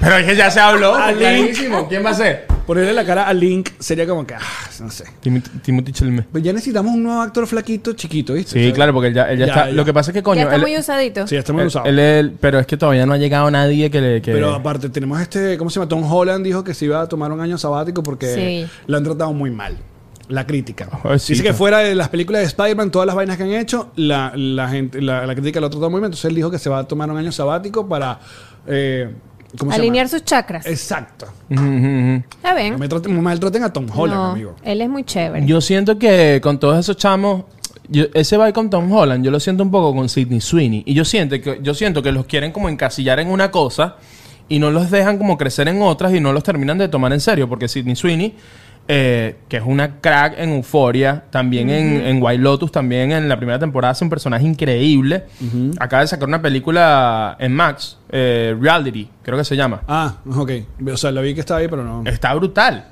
Pero es que ya se habló. Clarísimo. ¿Quién va a ser? Ponerle la cara a Link sería como que, ah, no sé. Timothy, Timothy Chalamet. Pero Pues ya necesitamos un nuevo actor flaquito, chiquito, ¿viste? O Sí, sea, claro, porque él ya, él ya Ya, está. ya. Lo que pasa es que, coño. ya está él- muy usadito. Sí, ya estamos él- usados. él- él- pero es que todavía no ha llegado nadie que le. que- Pero aparte, tenemos este, ¿cómo se llama? Tom Holland dijo que se iba a tomar un año sabático porque Sí. lo han tratado muy mal. La crítica. Jodercito. Dice que fuera de las películas de Spider-Man, todas las vainas que han hecho, la, la gente, la, la crítica lo ha tratado muy mal. Entonces él dijo que se va a tomar un año sabático para. eh, ¿Cómo se Alinear llama? sus chakras. Exacto. Ujú, ujú, ujú. Está No bien. me traten, no maltraten a Tom Holland, ¿Eh? No, amigo. Él es muy chévere. Yo siento que con todos esos chamos. yo- ese va con Tom Holland, yo lo siento un poco con Sidney Sweeney. Y yo siento que, yo siento que los quieren como encasillar en una cosa y no los dejan como crecer en otras y no los terminan de tomar en serio. Porque Sidney Sweeney, eh, que es una crack en Euforia, también en, en White Lotus, también en la primera temporada es un personaje increíble. Acaba de sacar una película en Max, eh, Reality, creo que se llama. Ah, ok. O sea, lo vi que estaba ahí, pero no. Está brutal.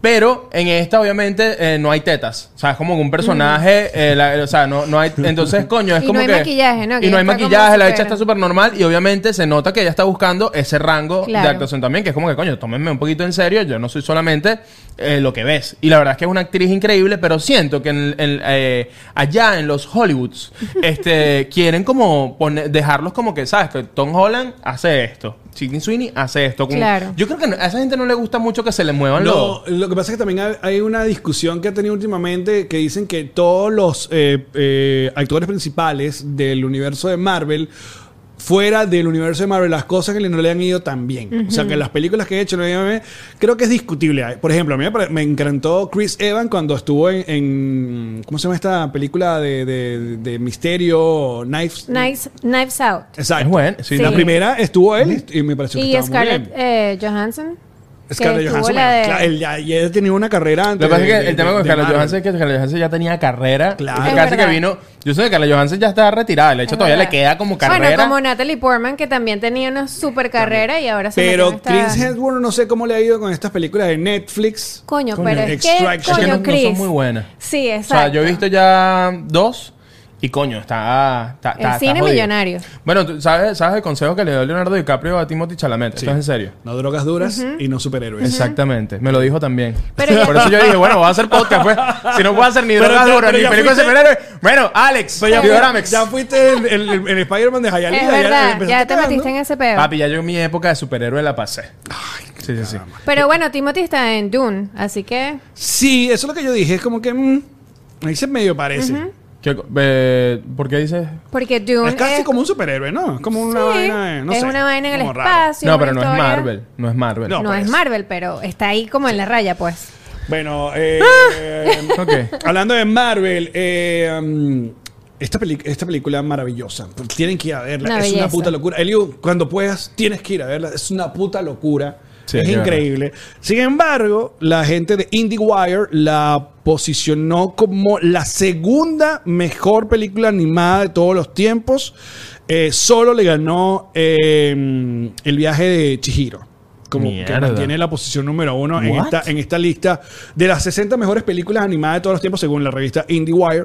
Pero en esta, obviamente, eh, no hay tetas. O sea, es como que un personaje. eh, la- o sea, no, no hay. Entonces, coño, es Y no como hay que. maquillaje, ¿no? Que Y ella no está hay como maquillaje, la súper- hecha está súper normal. Y obviamente se nota que ella está buscando ese rango Claro. de actuación también, que es como que, coño, tómenme un poquito en serio. Yo no soy solamente eh, lo que ves. Y la verdad es que es una actriz increíble, pero siento que en- en, eh, allá en los Hollywoods este, quieren como poner- dejarlos como que, ¿sabes? Que Tom Holland hace esto. Sidney Sweeney hace esto. Como- Claro. Yo creo que no- a esa gente no le gusta mucho que se le muevan los. No, lo que pasa es que también hay, hay una discusión que ha tenido últimamente que dicen que todos los eh, eh, actores principales del universo de Marvel fuera del universo de Marvel las cosas que no le han ido tan bien. O sea, que las películas que he hecho no le han ido bien, creo que es discutible. Por ejemplo, a mí me pare- me encantó Chris Evans cuando estuvo en, en- ¿cómo se llama esta película de, de- de misterio? Knives. Knives, Knives Out. Exacto. Es bueno, sí. La Sí. primera estuvo él y me pareció que Y estaba muy Scarlett bien. eh, Johansson. que Scarlett estuvo Johansson. la bueno, de- claro, él ya, ya tenía una carrera antes. Lo que pasa es de- que el de- tema con de Carla Marvel. Johansson es que Carla Johansson ya tenía carrera. Claro. Y Es casi que verdad. vino. Yo sé que Carla Johansson ya está retirada. De hecho, Es todavía verdad. le queda como carrera. Bueno, como Natalie Portman, que también tenía una super carrera y ahora se Pero metió en esta- Chris Hemsworth no sé cómo le ha ido con estas películas de Netflix. Coño, Con pero el es que- Extraction. Es que coño, no, no son Chris. muy buenas. Sí, O sea, exacto. yo he visto ya dos. Y coño, está. está, está- El está cine jodido. millonario. Bueno, ¿tú sabes, ¿sabes el consejo que le dio Leonardo DiCaprio a Timothy Chalamet? Esto es en serio. No drogas duras y no superhéroes. Exactamente, me lo dijo también. Pero ya- Por eso yo dije, bueno, voy a hacer podcast, pues. Si no puedo hacer ni Pero drogas ya- duras, pero ni ya películas de fuiste- superhéroes. Bueno, Alex, Pero ya, Videodramex. ya fuiste el, el, el- el Spider-Man de Hayalía. Es verdad, ya te metiste en ese pedo. Papi, ya yo mi época de superhéroe la pasé. sí, sí, sí. Pero bueno, Timothy está en Dune, así que Sí, eso es lo que yo dije. Es como que... mm, ahí se medio parece. ¿Qué co- eh, ¿Por qué dices? porque Dune Es casi es- como un superhéroe, ¿no? Es como una sí, vaina... eh, no es sé, una vaina en el como raro. espacio. no, una pero no es historia. Marvel. No es Marvel. No. No, pues. es Marvel, pero está ahí como en la raya, pues. Bueno, eh, Ok. hablando de Marvel, eh, um, esta, peli- esta película maravillosa. Tienen que ir a verla. Una es una belleza. puta locura. Eliu, cuando puedas, tienes que ir a verla. Es una puta locura. Sí, es es verdad. increíble. Sin embargo, la gente de IndieWire la posicionó como la segunda mejor película animada de todos los tiempos. Eh, solo le ganó eh, el viaje de Chihiro. Como que Mierda. mantiene la posición número uno en What? esta, en esta lista de las 60 mejores películas animadas de todos los tiempos, según la revista IndieWire.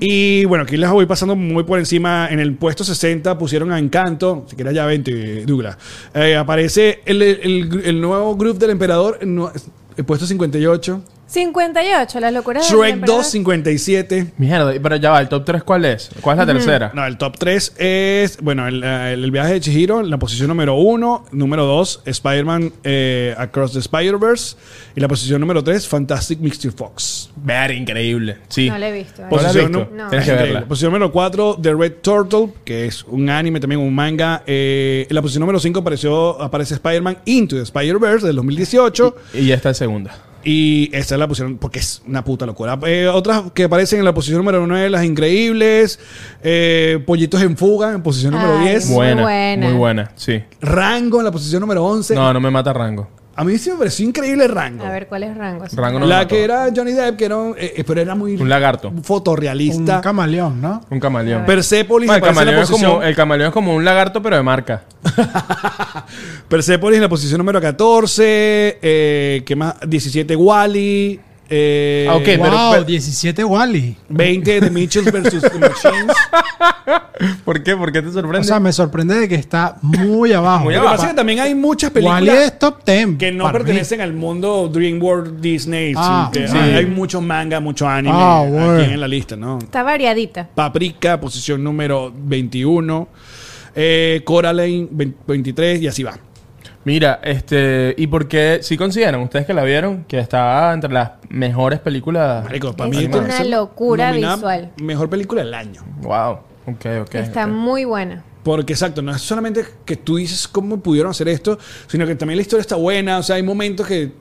Y bueno, aquí les voy pasando muy por encima. En el puesto 60 pusieron a Encanto, siquiera ya 20, Douglas. Eh, aparece el, el- gru- el nuevo grupo del emperador, no- el puesto 58. 58, las locuras del Shrek emperador. 2, 57. Mierda, pero ya va, ¿el top 3 cuál es? ¿Cuál es la tercera? No, el top 3 es, bueno, el, eh, el viaje de Chihiro, en la posición número 1, número 2, Spider-Man eh, Across the Spider-Verse, y la posición número 3, Fantastic Mr. Fox. Ver, increíble. Sí. No la he visto. ¿No la has Posición, visto? ¿no? No. Tienes que Increíble. verla. Posición número 4, The Red Turtle, que es un anime, también un manga. Eh, en la posición número 5 apareció, aparece Spider-Man Into the Spider-Verse del 2018. Y ya está el segundo. Y esa la pusieron porque es una puta locura. Eh, otras que aparecen en la posición número 9, Las Increíbles. eh, Pollitos en Fuga, en posición número Ay, 10. muy Buena, buena. Muy buena, sí. Rango en la posición número 11. No, no me mata Rango. A mí sí me pareció increíble Rango. A ver, ¿cuál es rango? Rango no me la mató. que era Johnny Depp, que era, un- eh, eh, pero era muy Un lagarto. Un fotorrealista. camaleón, ¿no? Un camaleón. Persepolis Bueno, el, aparece en la camaleón es como, posición- el camaleón es como un lagarto, pero de marca. Persepolis en la posición número 14. Eh, ¿Qué más? 17 Wally. Eh, Ah, ok, pero- wow, pero- 17 Wally. 20 de Mitchells versus The Machines. ¿Por qué? ¿Por qué te sorprende? O sea, me sorprende de que está muy abajo. Muy Lo que pasa es que también hay muchas Wally películas es top 10. que no para mí. pertenecen al mundo DreamWorld Disney. sí, Ah, que sí. Hay, hay mucho manga, mucho anime Ah, bueno. aquí en la lista, ¿no? Está variadita. Paprika, posición número 21. Eh, Coraline, 20 23, y así va. Mira, este. ¿Y por qué? Si consideran, ustedes que la vieron, que está entre las mejores películas. Marico, Es para mí una tiene que ser locura nominada visual. Mejor película del año. Wow. Ok, ok. Está ok. muy buena. Porque exacto, no es solamente que tú dices cómo pudieron hacer esto, sino que también la historia está buena. O sea, hay momentos que,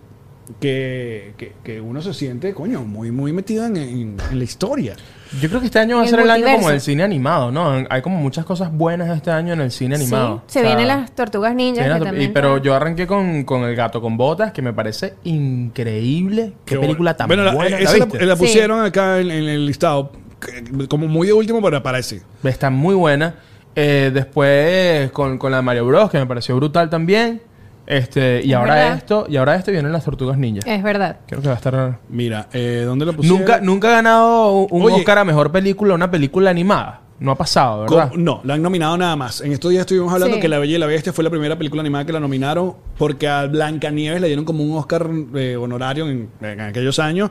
que, que- que uno se siente, coño, muy, muy metido en, en- en la historia. Yo creo que este año va a El ser el año como multiverso. del cine animado, ¿no? Hay como muchas cosas buenas este año en el cine animado. Sí, se O sea, vienen las tortugas se ninjas. vienen que las- y- también pero está- yo arranqué con, con El gato con botas, que me parece increíble. Qué, película tan Bueno, la- eh, buena. ¿la esa la, viste? la Sí. pusieron acá en, en el listado que- como muy de último, pero aparece. Está muy buena. Eh, después con, con la de Mario Bros, que me pareció brutal también. Este, y Es ahora verdad. Eh. esto, y ahora esto vienen las tortugas ninjas. Es verdad. Creo que va a estar. Mira, eh, ¿dónde la pusieron? Nunca, nunca ha ganado un Oye. Oscar a mejor película, una película animada. No ha pasado, ¿verdad? Co- No, la han nominado nada más. En estos días estuvimos hablando Sí. que La Bella y la Bestia fue la primera película animada que la nominaron porque a Blancanieves le dieron como un Oscar eh, honorario en, en aquellos años.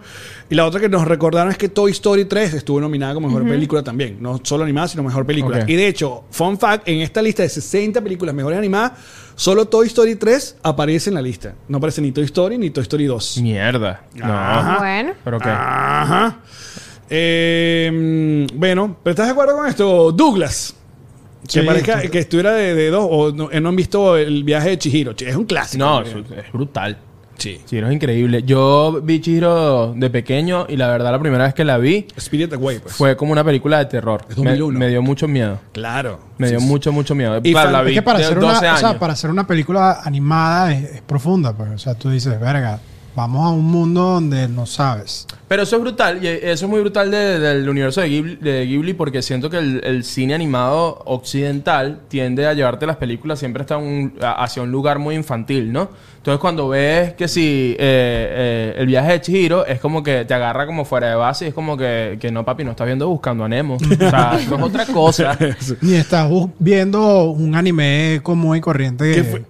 Y la otra que nos recordaron es que Toy Story 3 estuvo nominada como mejor película también. No solo animada, sino mejor película. Ok. Y de hecho, fun fact, en esta lista de 60 películas mejores animadas, solo Toy Story 3 aparece en la lista. No aparece ni Toy Story ni Toy Story 2. Mierda. No. Ajá. Ah, Bueno. Pero qué. Ajá. Eh, bueno, pero ¿estás de acuerdo con esto, Douglas? Que Sí, parezca esto- que estuviera de, de dos o no, eh, no han visto el viaje de Chihiro. Chi- Es un clásico. No, Eh, eso es brutal. sí. Chihiro es increíble. Yo vi Chihiro de pequeño y la verdad la primera vez que la vi Spirit Away, pues. fue como una película de terror. Es Me- 2001. Me, dio mucho miedo. Claro. Me dio Sí, sí. mucho, mucho miedo. Y Claro, fan- la es vi Es que para de hacer, una, 12 o sea, años. para hacer una película animada es, es profunda. Pues. O sea, tú dices, verga, vamos a un mundo donde no sabes. Pero eso es brutal, y eso es muy brutal de- del universo de Ghibli, de Ghibli porque siento que el, el cine animado occidental tiende a llevarte las películas siempre hasta un, a- hacia un lugar muy infantil, ¿no? Entonces cuando ves que si eh, eh, el viaje de Chihiro es como que te agarra como fuera de base y es como que, que no, papi, no estás viendo buscando a Nemo. O sea, eso es otra cosa. Ni estás bus- viendo un anime común y corriente. Que Que fue-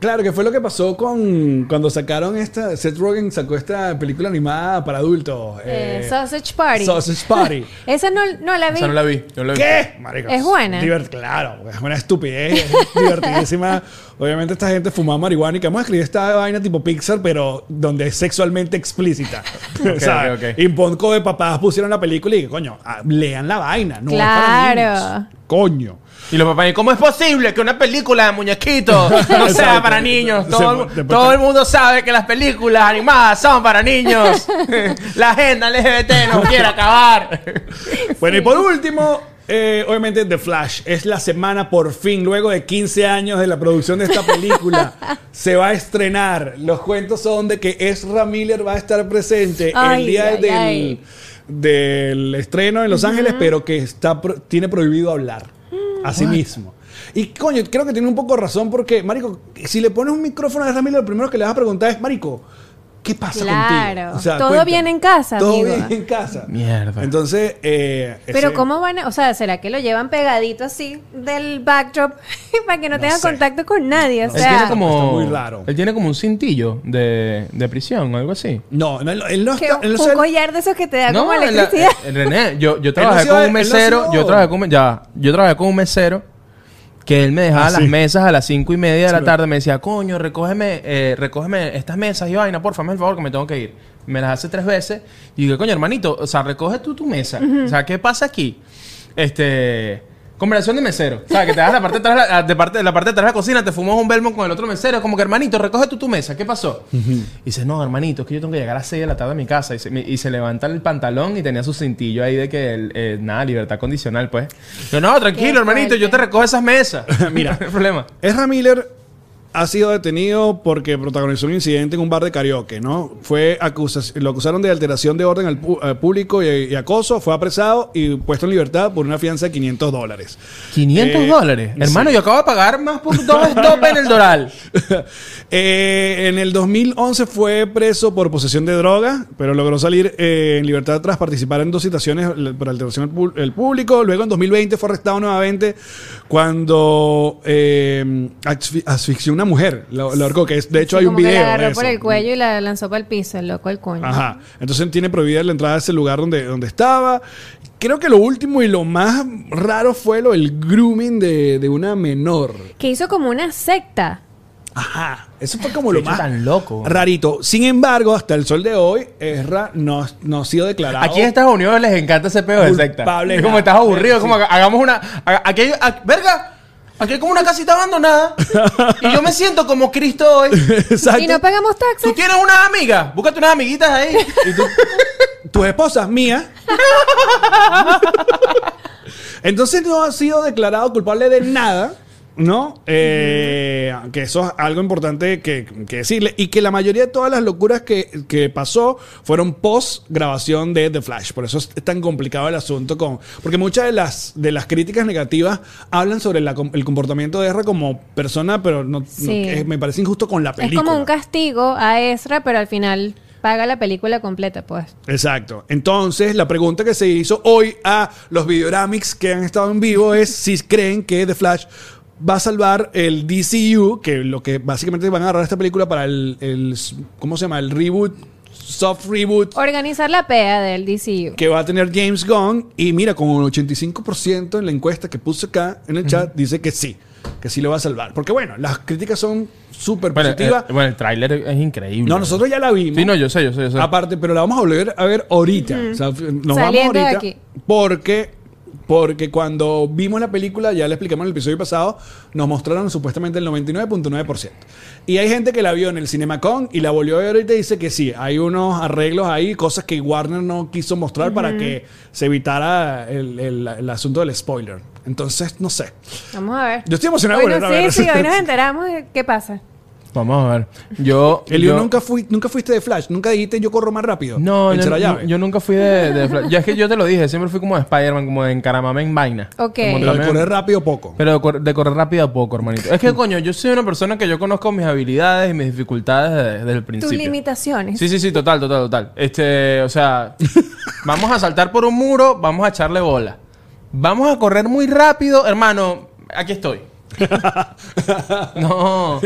claro, que fue lo que pasó con cuando sacaron esta. Seth Rogen sacó esta película animada para adultos. Eh, eh, Sausage Party. Sausage Party. Esa no, no la vi. O sea, no la vi. no la vi. ¿Qué? Marico, Es buena. divert- claro, es una estupidez, es divertidísima. Obviamente esta gente fumaba marihuana y que vamos a escribir esta vaina tipo Pixar, pero donde es sexualmente explícita. ¿Sabes? ok, ok. Y un poco de papás pusieron la película y que, coño, ah, lean la vaina, no es para Claro. niños. Coño. Y los papás, ¿y ¿cómo es posible que una película de muñequitos no sea Exacto. para niños? Se- Todo, se- el- todo el mundo sabe que las películas animadas son para niños. La agenda LGBT no quiere acabar. Bueno, y por último, eh, obviamente The Flash. Es la semana por fin, luego de 15 años de la producción de esta película, se va a estrenar. Los cuentos son de que Ezra Miller va a estar presente Ay, el día ay, del, ay. del estreno en Los Ángeles, pero que está pro- tiene prohibido hablar Mm. a sí mismo. Y coño, creo que tiene un poco razón porque, Marico, si le pones un micrófono a Ezra Miller, lo primero que le vas a preguntar es, Marico, ¿qué pasa contigo? Claro. Todo bien en casa, Todo amigo. bien en casa. Mierda. Entonces, eh, Pero ese- ¿cómo van a...? O sea, ¿será que lo llevan pegadito así del backdrop para que no, tengan sé. contacto con nadie? O Él tiene sea, como. Está muy raro. Él tiene como un cintillo de, de prisión o algo así. No, no, él, él no que está. un, él no un se- collar de esos que te da como en la- electricidad. eh, René, yo, yo trabajé Él no con se un iba- él no mesero. se iba. yo trabajé con un- ya, yo trabajé con un mesero que él me Ah, dejaba las mesas a las cinco y media de la tarde. Me decía, coño, recógeme, eh, recógeme estas mesas y vaina, porfa, hazme el favor que me tengo que ir. Me las hace tres veces. Y digo, coño, hermanito, o sea, recoge tú tu mesa. O sea, ¿qué pasa aquí? Este. Conversación de mesero. O sea, que te das la parte de atrás, de la, de parte, de la parte de atrás de la cocina, te fumas un Belmont con el otro mesero. Es como que, hermanito, recoge tú tu mesa. ¿Qué pasó? Y dice, no, hermanito, es que yo tengo que llegar a las 6 de la tarde a mi casa. Y se, me- y se levanta el pantalón y tenía su cintillo ahí de que, el- eh, nada, libertad condicional, pues. Yo, no, tranquilo, Qué hermanito, yo te fuerte. recojo esas mesas. Mira. No hay problema. Ezra Miller ha sido detenido porque protagonizó un incidente en un bar de karaoke, ¿no? Fue acusa- lo acusaron de alteración de orden al, pu- al público y, y acoso, fue apresado y puesto en libertad por una fianza de 500 dólares. 500 Eh, dólares. Hermano, yo acabo de pagar más por dos stop en el Doral. Eh, en el 2011 fue preso por posesión de droga, pero logró salir eh, en libertad tras participar en dos citaciones l- por alteración al pu- al público. Luego en 2020 fue arrestado nuevamente cuando eh, asfi- asfixió a una mujer, la la ahorcó, que es, de hecho Sí, hay un como que video. La agarró de por eso. el cuello y la lanzó para el piso, el loco el coño. Ajá. Entonces tiene prohibida la entrada a ese lugar donde, donde estaba. Creo que lo último y lo más raro fue lo del grooming de, de una menor. Que hizo como una secta. Ajá. Eso fue como Qué lo bicho más tan loco. rarito. Sin embargo, hasta el sol de hoy, Ezra no, no ha sido declarado. Aquí en Estados Unidos les encanta ese pedo de secta. Culpable, Es como nada. estás aburrido, es como Sí. haga- hagamos una. haga- Aquí hay. a- ¡Verga! Aquí hay como una casita abandonada. y yo me siento como Cristo hoy. Exacto. Y no pagamos Tú taxes. tienes unas amigas. Búscate unas amiguitas ahí. Y tú- tu esposa es mía. Entonces no ha sido declarado culpable de nada, ¿no? Eh, que eso es algo importante que, que decirle. Y que la mayoría de todas las locuras que, que pasó fueron post grabación de The Flash. Por eso es tan complicado el asunto con... Porque muchas de las, de las críticas negativas hablan sobre la com- el comportamiento de Ezra como persona, pero no, no- Sí. eh, me parece injusto con la Es película. como un castigo a Ezra, pero al final paga la película completa, pues. Exacto. Entonces, la pregunta que se hizo hoy a los videoramics que han estado en vivo es si creen que The Flash va a salvar el DCU, que lo que básicamente van a agarrar esta película para el, el ¿cómo se llama? El reboot, soft reboot Organizar la pea del DCU. que va a tener James Gunn. Y mira, con un 85% en la encuesta que puse acá en el chat, dice que sí, que sí lo va a salvar. Porque bueno, las críticas son súper Bueno, positivas. eh, bueno, el tráiler es increíble. no, nosotros ya la vimos. Sí, no, yo sé, yo sé, yo sé. Aparte, pero la vamos a volver a ver ahorita. O sea, nos vamos Saliendo de ahorita. aquí. Porque, porque cuando vimos la película, ya la explicamos en el episodio pasado, nos mostraron supuestamente el 99.9%. Y hay gente que la vio en el CinemaCon y la volvió a ver ahorita y dice que sí, hay unos arreglos ahí, cosas que Warner no quiso mostrar para que se evitara el, el- el asunto del spoiler. Entonces, no sé. Vamos a ver. Yo estoy emocionado Hoy por no- ver, a ver. Sí, sí, hoy nos enteramos de qué pasa. Vamos a ver. Yo. Elio, yo- nunca, fui, nunca fuiste de Flash, nunca dijiste yo corro más rápido. No, yo, Echa la no- llave. yo nunca fui de, de Flash. Ya es que yo te lo dije, siempre fui como de Spider-Man, como de encaramame en vaina. Como Ok. Pero de también- correr rápido poco. Pero de, cor- de correr rápido a poco, hermanito. Es que, coño, yo soy una persona que yo conozco mis habilidades y mis dificultades de- desde el Tus principio. limitaciones. Sí, sí, sí, total, total, total. Este, o sea, vamos a saltar por un muro, vamos a echarle bola. Vamos a correr muy rápido, hermano, aquí estoy. no.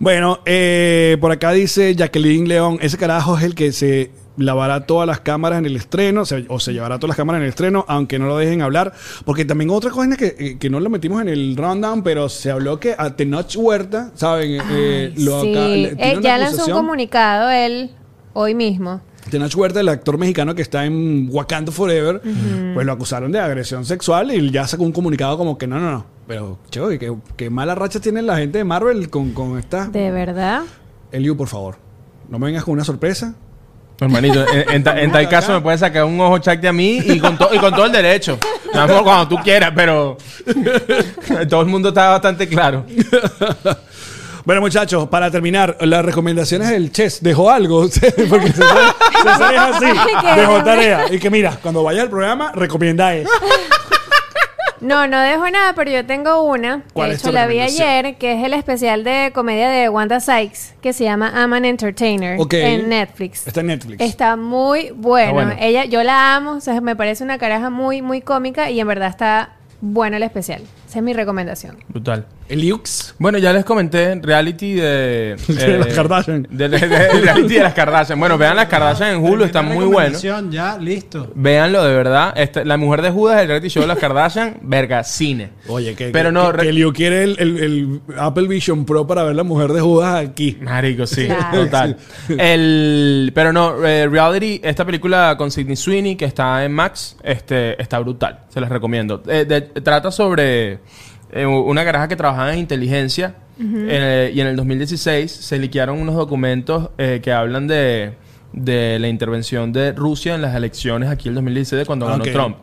Bueno, eh, por acá dice Jacqueline León, ese carajo es el que se lavará todas las cámaras en el estreno, se- o se llevará todas las cámaras en el estreno, aunque no lo dejen hablar, porque también otra cosa es que, eh, que no lo metimos en el rundown, pero se habló que a Tenoch Huerta, ¿saben? Eh, Ay, lo sí. acá- le- Eh, tiene una ya lanzó un acusación. comunicado él hoy mismo. Tenoch Huerta, el actor mexicano que está en Wakanda Forever, pues lo acusaron de agresión sexual y ya sacó un comunicado como que no, no, no. Pero, chico, que, que mala racha tiene la gente de Marvel con, con estas De verdad. Eliu, por favor, no me vengas con una sorpresa. Hermanito, en, en ta- en tal caso me puedes sacar un ojo chacte a mí y con, to- y con todo el derecho. Mi amor, cuando tú quieras, pero todo el mundo está bastante claro. Bueno, muchachos, para terminar, las recomendaciones del Chess. Dejó algo, porque César, César es así. Que- Dejó tarea. Y que mira, cuando vaya al programa, recomienda esto. No, no dejo nada, pero yo tengo una. ¿Cuál de es hecho, tu la vi recomendación? ayer, que es el especial de comedia de Wanda Sykes, que se llama Aman Entertainer Ok. en Netflix. Está en Netflix. Está muy bueno. Está bueno. Ella, yo la amo, o sea, me parece una caraja muy, muy cómica y en verdad está bueno el especial. Esa es mi recomendación. Brutal. Eliux. Bueno, ya les comenté reality de... eh, De las Kardashian. de- de- de- el reality de las Kardashian. Bueno, vean las Kardashian en Hulu, está Termina muy bueno. recomendación, Ya, listo. Véanlo, de verdad. Este- la mujer de Judas, el reality show de las Kardashian, verga, cine. Oye, que, Pero no, que- re- que Eliux quiere el, el- el Apple Vision Pro para ver la mujer de Judas aquí. Marico, sí, Claro. total. El, pero no, eh, Reality, esta película con Sidney Sweeney que está en Max, este, está brutal. Se las recomiendo. Eh, de- trata sobre eh, una garaja que trabajaba en inteligencia eh, y en el 2016 se liquearon unos documentos eh, que hablan de, de la intervención de Rusia en las elecciones aquí el 2016 cuando ganó Ok. Trump.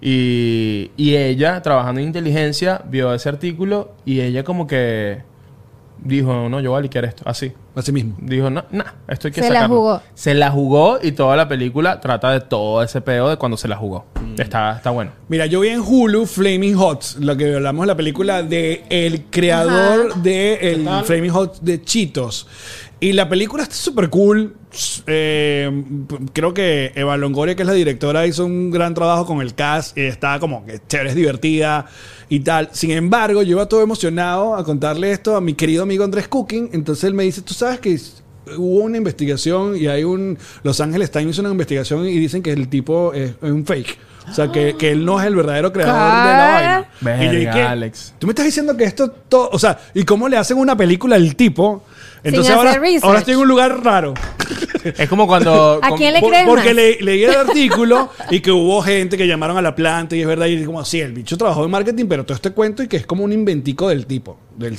y, y ella, trabajando en inteligencia, vio ese artículo y ella como que dijo, no, yo voy a liquear esto, así. Así mismo. Dijo, no, nah, esto hay que Se la sacarlo". jugó. Se la jugó y toda la película trata de todo ese peo de cuando se la jugó. Está, está bueno. Mira, yo vi en Hulu Flaming Hot, lo que hablamos la película de el creador de el Flaming Hot de Cheetos. Y la película está súper cool. Eh, p- creo que Eva Longoria, que es la directora, hizo un gran trabajo con el cast. Y está como que chévere, es divertida y tal. Sin embargo, yo iba todo emocionado a contarle esto a mi querido amigo Andrés Cooking. Entonces él me dice, tú sabes que hubo una investigación y hay un Los Ángeles Times hizo una investigación y dicen que el tipo es, es un fake. O sea, que, que él no es el verdadero creador de la vaina. Verga, y yo, ¿y qué? Alex. Tú me estás diciendo que esto todo, o sea, ¿y cómo le hacen una película al tipo? Entonces hacer ahora, research. ahora estoy en un lugar raro. Es como cuando... ¿A con- quién le Por- crees porque más? le- leí el artículo y que hubo gente que llamaron a la planta y es verdad y como sí, el bicho trabajó en marketing, pero todo este cuento y que es como un inventico del tipo, del ¿Qué?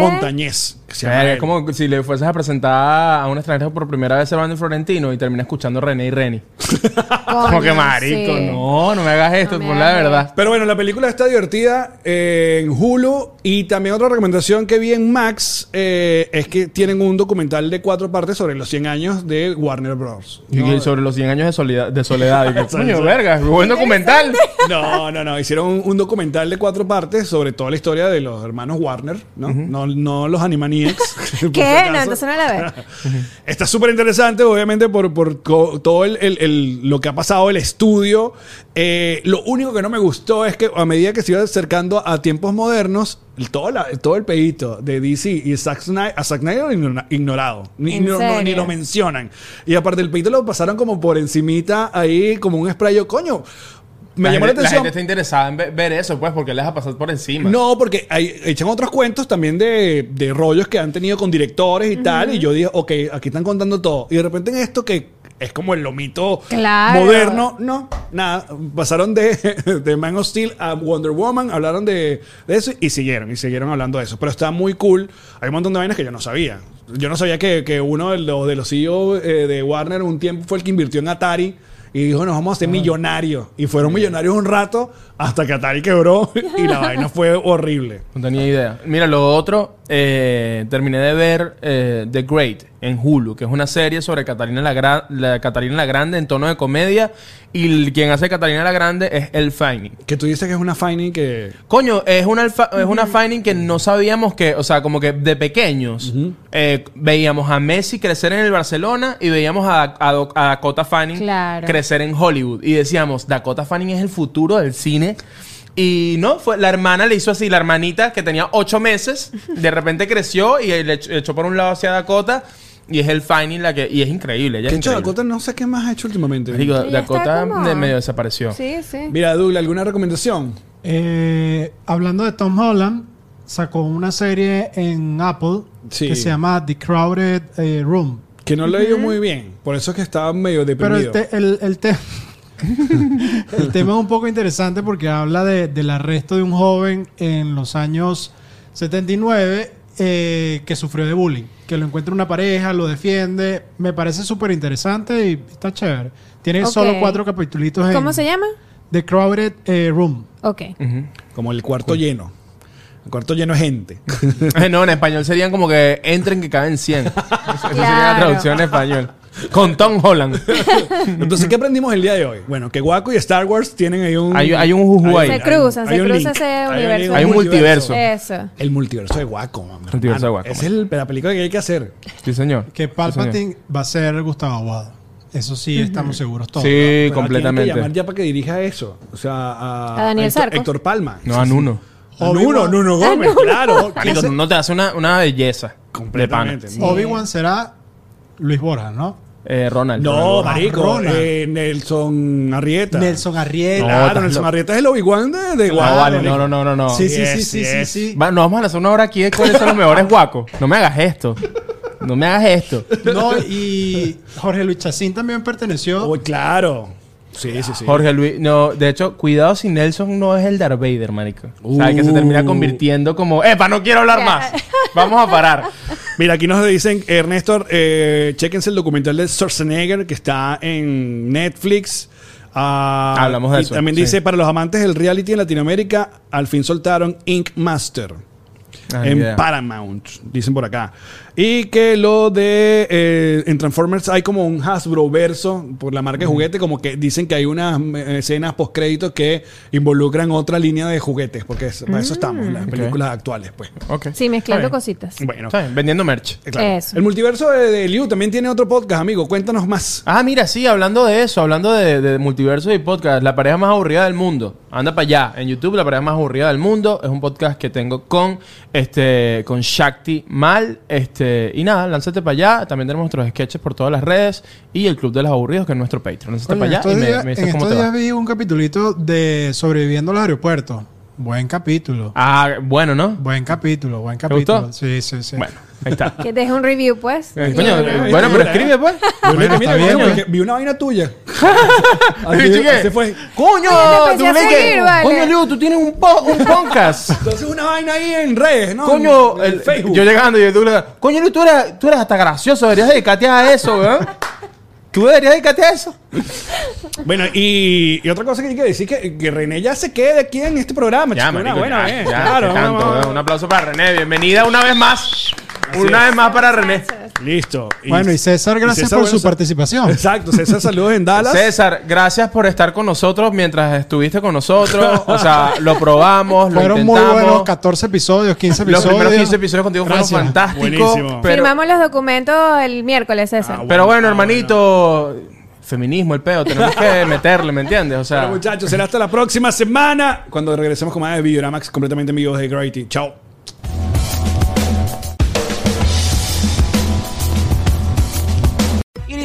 señor Montañés. que se llama Verga, él. es como si le fueses a presentar a un extranjero por primera vez a Brandon Florentino y terminas escuchando René y Reni. como que Coño, marico, sí. no, no me hagas esto, No me por la hagas verdad. Pero bueno, la película está divertida eh, en Hulu. Y también otra recomendación que vi en Max eh, es que tienen un documental de cuatro partes sobre los 100 años de Warner Bros. Y- y sobre los 100 años de soledad. De soledad. Y que, coño, sí. verga, buen documental. No, no, no. Hicieron un, un documental de cuatro partes sobre toda la historia de los hermanos Warner, ¿no? no, no los Animaniacs. por si ¿Qué? acaso. No, entonces no la ves. Está súper interesante, obviamente, por, por co- todo el, el- el- lo que ha pasado, el estudio. Eh, lo único que no me gustó es que a medida que se iba acercando a tiempos modernos, el- todo, la- todo el pedito de DC y Zack Snyder, a Zack Snyder lo ignora- ignorado. Ni, ¿En no- no- ni serio? lo mencionan. Y aparte, el pedito lo pasaron como por encimita ahí, como un spray. Yo, coño, me la llamó la gente, la atención. gente está interesada en ve- ver eso, pues, porque les vas a pasar por encima. No, porque hay, echan otros cuentos también de, de rollos que han tenido con directores y tal. Y yo dije, ok, aquí están contando todo. Y de repente en esto que es como el lomito Claro. moderno, no, nada. Pasaron de, de Man of Steel a Wonder Woman, hablaron de, de eso y siguieron, y siguieron hablando de eso. Pero está muy cool. Hay un montón de vainas que yo no sabía. Yo no sabía que, que uno de los, de los CEO eh, de Warner un tiempo fue el que invirtió en Atari. Y dijo, nos vamos a Ah. hacer millonarios. Y fueron millonarios un rato hasta que Atari quebró y la vaina fue horrible. No tenía idea. Mira, lo otro, eh, terminé de ver eh, The Great en Hulu, que es una serie sobre Catalina la, Gra- la Catalina la Grande en tono de comedia. Y el- quien hace Catalina la Grande es El Finding. Que tú dices que es una finding que... Coño, es una, alfa- es una finding que no sabíamos que, o sea, como que de pequeños eh, veíamos a Messi crecer en el Barcelona y veíamos a, a Do- a Dakota Fanning Claro. crecer en Hollywood. Y decíamos, Dakota Fanning es el futuro del cine. Y no, fue la hermana le hizo así, la hermanita que tenía ocho meses, de repente creció y le ech- echó por un lado hacia Dakota y es el finding la que, y es increíble. ella es Que hecho, increíble. Dakota no sé qué más ha hecho últimamente. Marico, Ella está Dakota como- de medio desapareció. Sí, sí. Mira, Douglas, ¿alguna recomendación? Eh, hablando de Tom Holland, sacó una serie en Apple Sí. que se llama The Crowded eh, Room. Que no lo he oído muy bien. Por eso es que estaba medio Pero este- el, deprimido. te- el, el te- el tema es un poco interesante porque habla de- del arresto de un joven en los años 79 eh, que sufrió de bullying. que lo encuentra una pareja, lo defiende. Me parece súper interesante y está chévere. Tiene Ok. solo cuatro capítulos en ¿Cómo se llama? The Crowded eh, Room. Ok. Como el cuarto lleno. El cuarto lleno es gente. Eh, no, en español serían como que entren que caben 100. Esa sería la Claro. traducción en español. Con Tom Holland. Entonces, ¿qué aprendimos el día de hoy? Bueno, que Waco y Star Wars tienen ahí un... Hay, hay un jujuy ahí. Se cruzan, hay se un cruza link. ese Hay un universo. link, Hay un multiverso. Eso. El multiverso de Waco. mamá. Multiverso de Mano, Waco, Es man. el- la película que hay que hacer. Sí, señor. Que Sí, señor. Palpatine va a ser Gustavo Aguado. Eso sí, estamos seguros todos. Sí, Pero ¿a quién hay que llamar completamente. ya para que dirija eso. O sea, a, A Daniel a Héctor, Sarco. Héctor Palma. No, a Nuno. A Nuno, Nuno Gómez, claro. Marico, Nuno te hace una, una belleza. Completamente. De Sí. pana. Obi-Wan será Luis Borja, ¿no? Eh, Ronald. No, Ronald. marico. Rona. eh, Nelson Arrieta. Nelson Arrieta. Claro, No, Nelson lo- Arrieta es el Obi-Wan de, de No, Waco, vale, marico. no, no, no, no. no. Sí, sí, sí, Yes, sí, yes. sí, sí. Va, nos vamos a lanzar una hora aquí de cuáles son los mejores guacos. No me hagas esto. No me hagas esto. No, y Jorge Luis Chacín también perteneció. Oh, claro. Sí, sí, sí. Jorge Luis, no, de hecho, cuidado si Nelson no es el Darth Vader, marico. O sea, que se termina convirtiendo como, ¡epa, no quiero hablar Ya. más! Vamos a parar. Mira, aquí nos dicen, Ernesto, eh, chéquense el documental de Schwarzenegger que está en Netflix. Ah, Hablamos de y eso, También sí. dice, para los amantes del reality en Latinoamérica, al fin soltaron Ink Master. Ah, en ni idea. Paramount, dicen por acá. Y que lo de eh, en Transformers hay como un Hasbro verso por la marca de juguete, como que dicen que hay unas mm, escenas post créditos que involucran otra línea de juguetes, porque es- para eso estamos, Mm, las películas actuales, pues. Ok. Sí, mezclando Está bien. cositas. Bueno, Está bien, vendiendo merch. eh, claro. Eso. el multiverso de, de Liu también tiene otro podcast, amigo. Cuéntanos más. Ah, mira, sí, hablando de eso, hablando de, de multiverso y podcast, la pareja más aburrida del mundo. Anda para allá, en YouTube, la pareja más aburrida del mundo. Es un podcast que tengo con este con Shakti Mal. Este, y nada, lánzate para allá. También tenemos nuestros sketches por todas las redes y el Club de los Aburridos, que es nuestro Patreon. Lánzate Oye, para en allá estos y me, días- me en dices cómo estos te días va. vi un capitulito de sobreviviendo a los aeropuertos. Buen capítulo. Ah, bueno, ¿no? Buen capítulo, buen gustó? capítulo. Sí, sí, sí. Bueno, ahí está. Que deje un review, pues. Eh, Y- coño, eh, bueno, pero escribe, pues. Bueno, Mira, está mira, bien, mira, pues. vi una vaina tuya. Y Así- yo llegué. así fue. ¡Coño! Ay, Tú me empecé a leí que- seguir, vale. ¡Coño, Liu, tú tienes un, po- un podcast! Entonces una vaina ahí en redes, ¿no? Coño, En- en el- Facebook. yo llegando y tú le coño, Luis, tú eres, tú eres hasta gracioso, deberías dedicarte a eso, weón. Tú deberías dedicarte a eso. Bueno, y, y otra cosa que hay que decir que, que René ya se quede aquí en este programa. chico. Una buena vez, claro, vamos, vamos. Un aplauso para René, bienvenida una vez más. una vez más para René. Listo. Bueno, y César, gracias César, por bueno, su César- participación. Exacto, César, saludos en Dallas. César, gracias por estar con nosotros mientras estuviste con nosotros. O sea, lo probamos, lo Fueron muy intentamos. buenos 14 episodios, 15 Los episodios. primeros 15 episodios contigo Gracias. fueron fantásticos. Buenísimo. Pero, Firmamos los documentos el miércoles, Ah, César. pero bueno, hermanito, feminismo, el pedo, tenemos que meterle, ¿me entiendes? O sea, Bueno, muchachos, será hasta la próxima semana cuando regresemos con más de Videoramax completamente en vivo de Gravity. Chao. It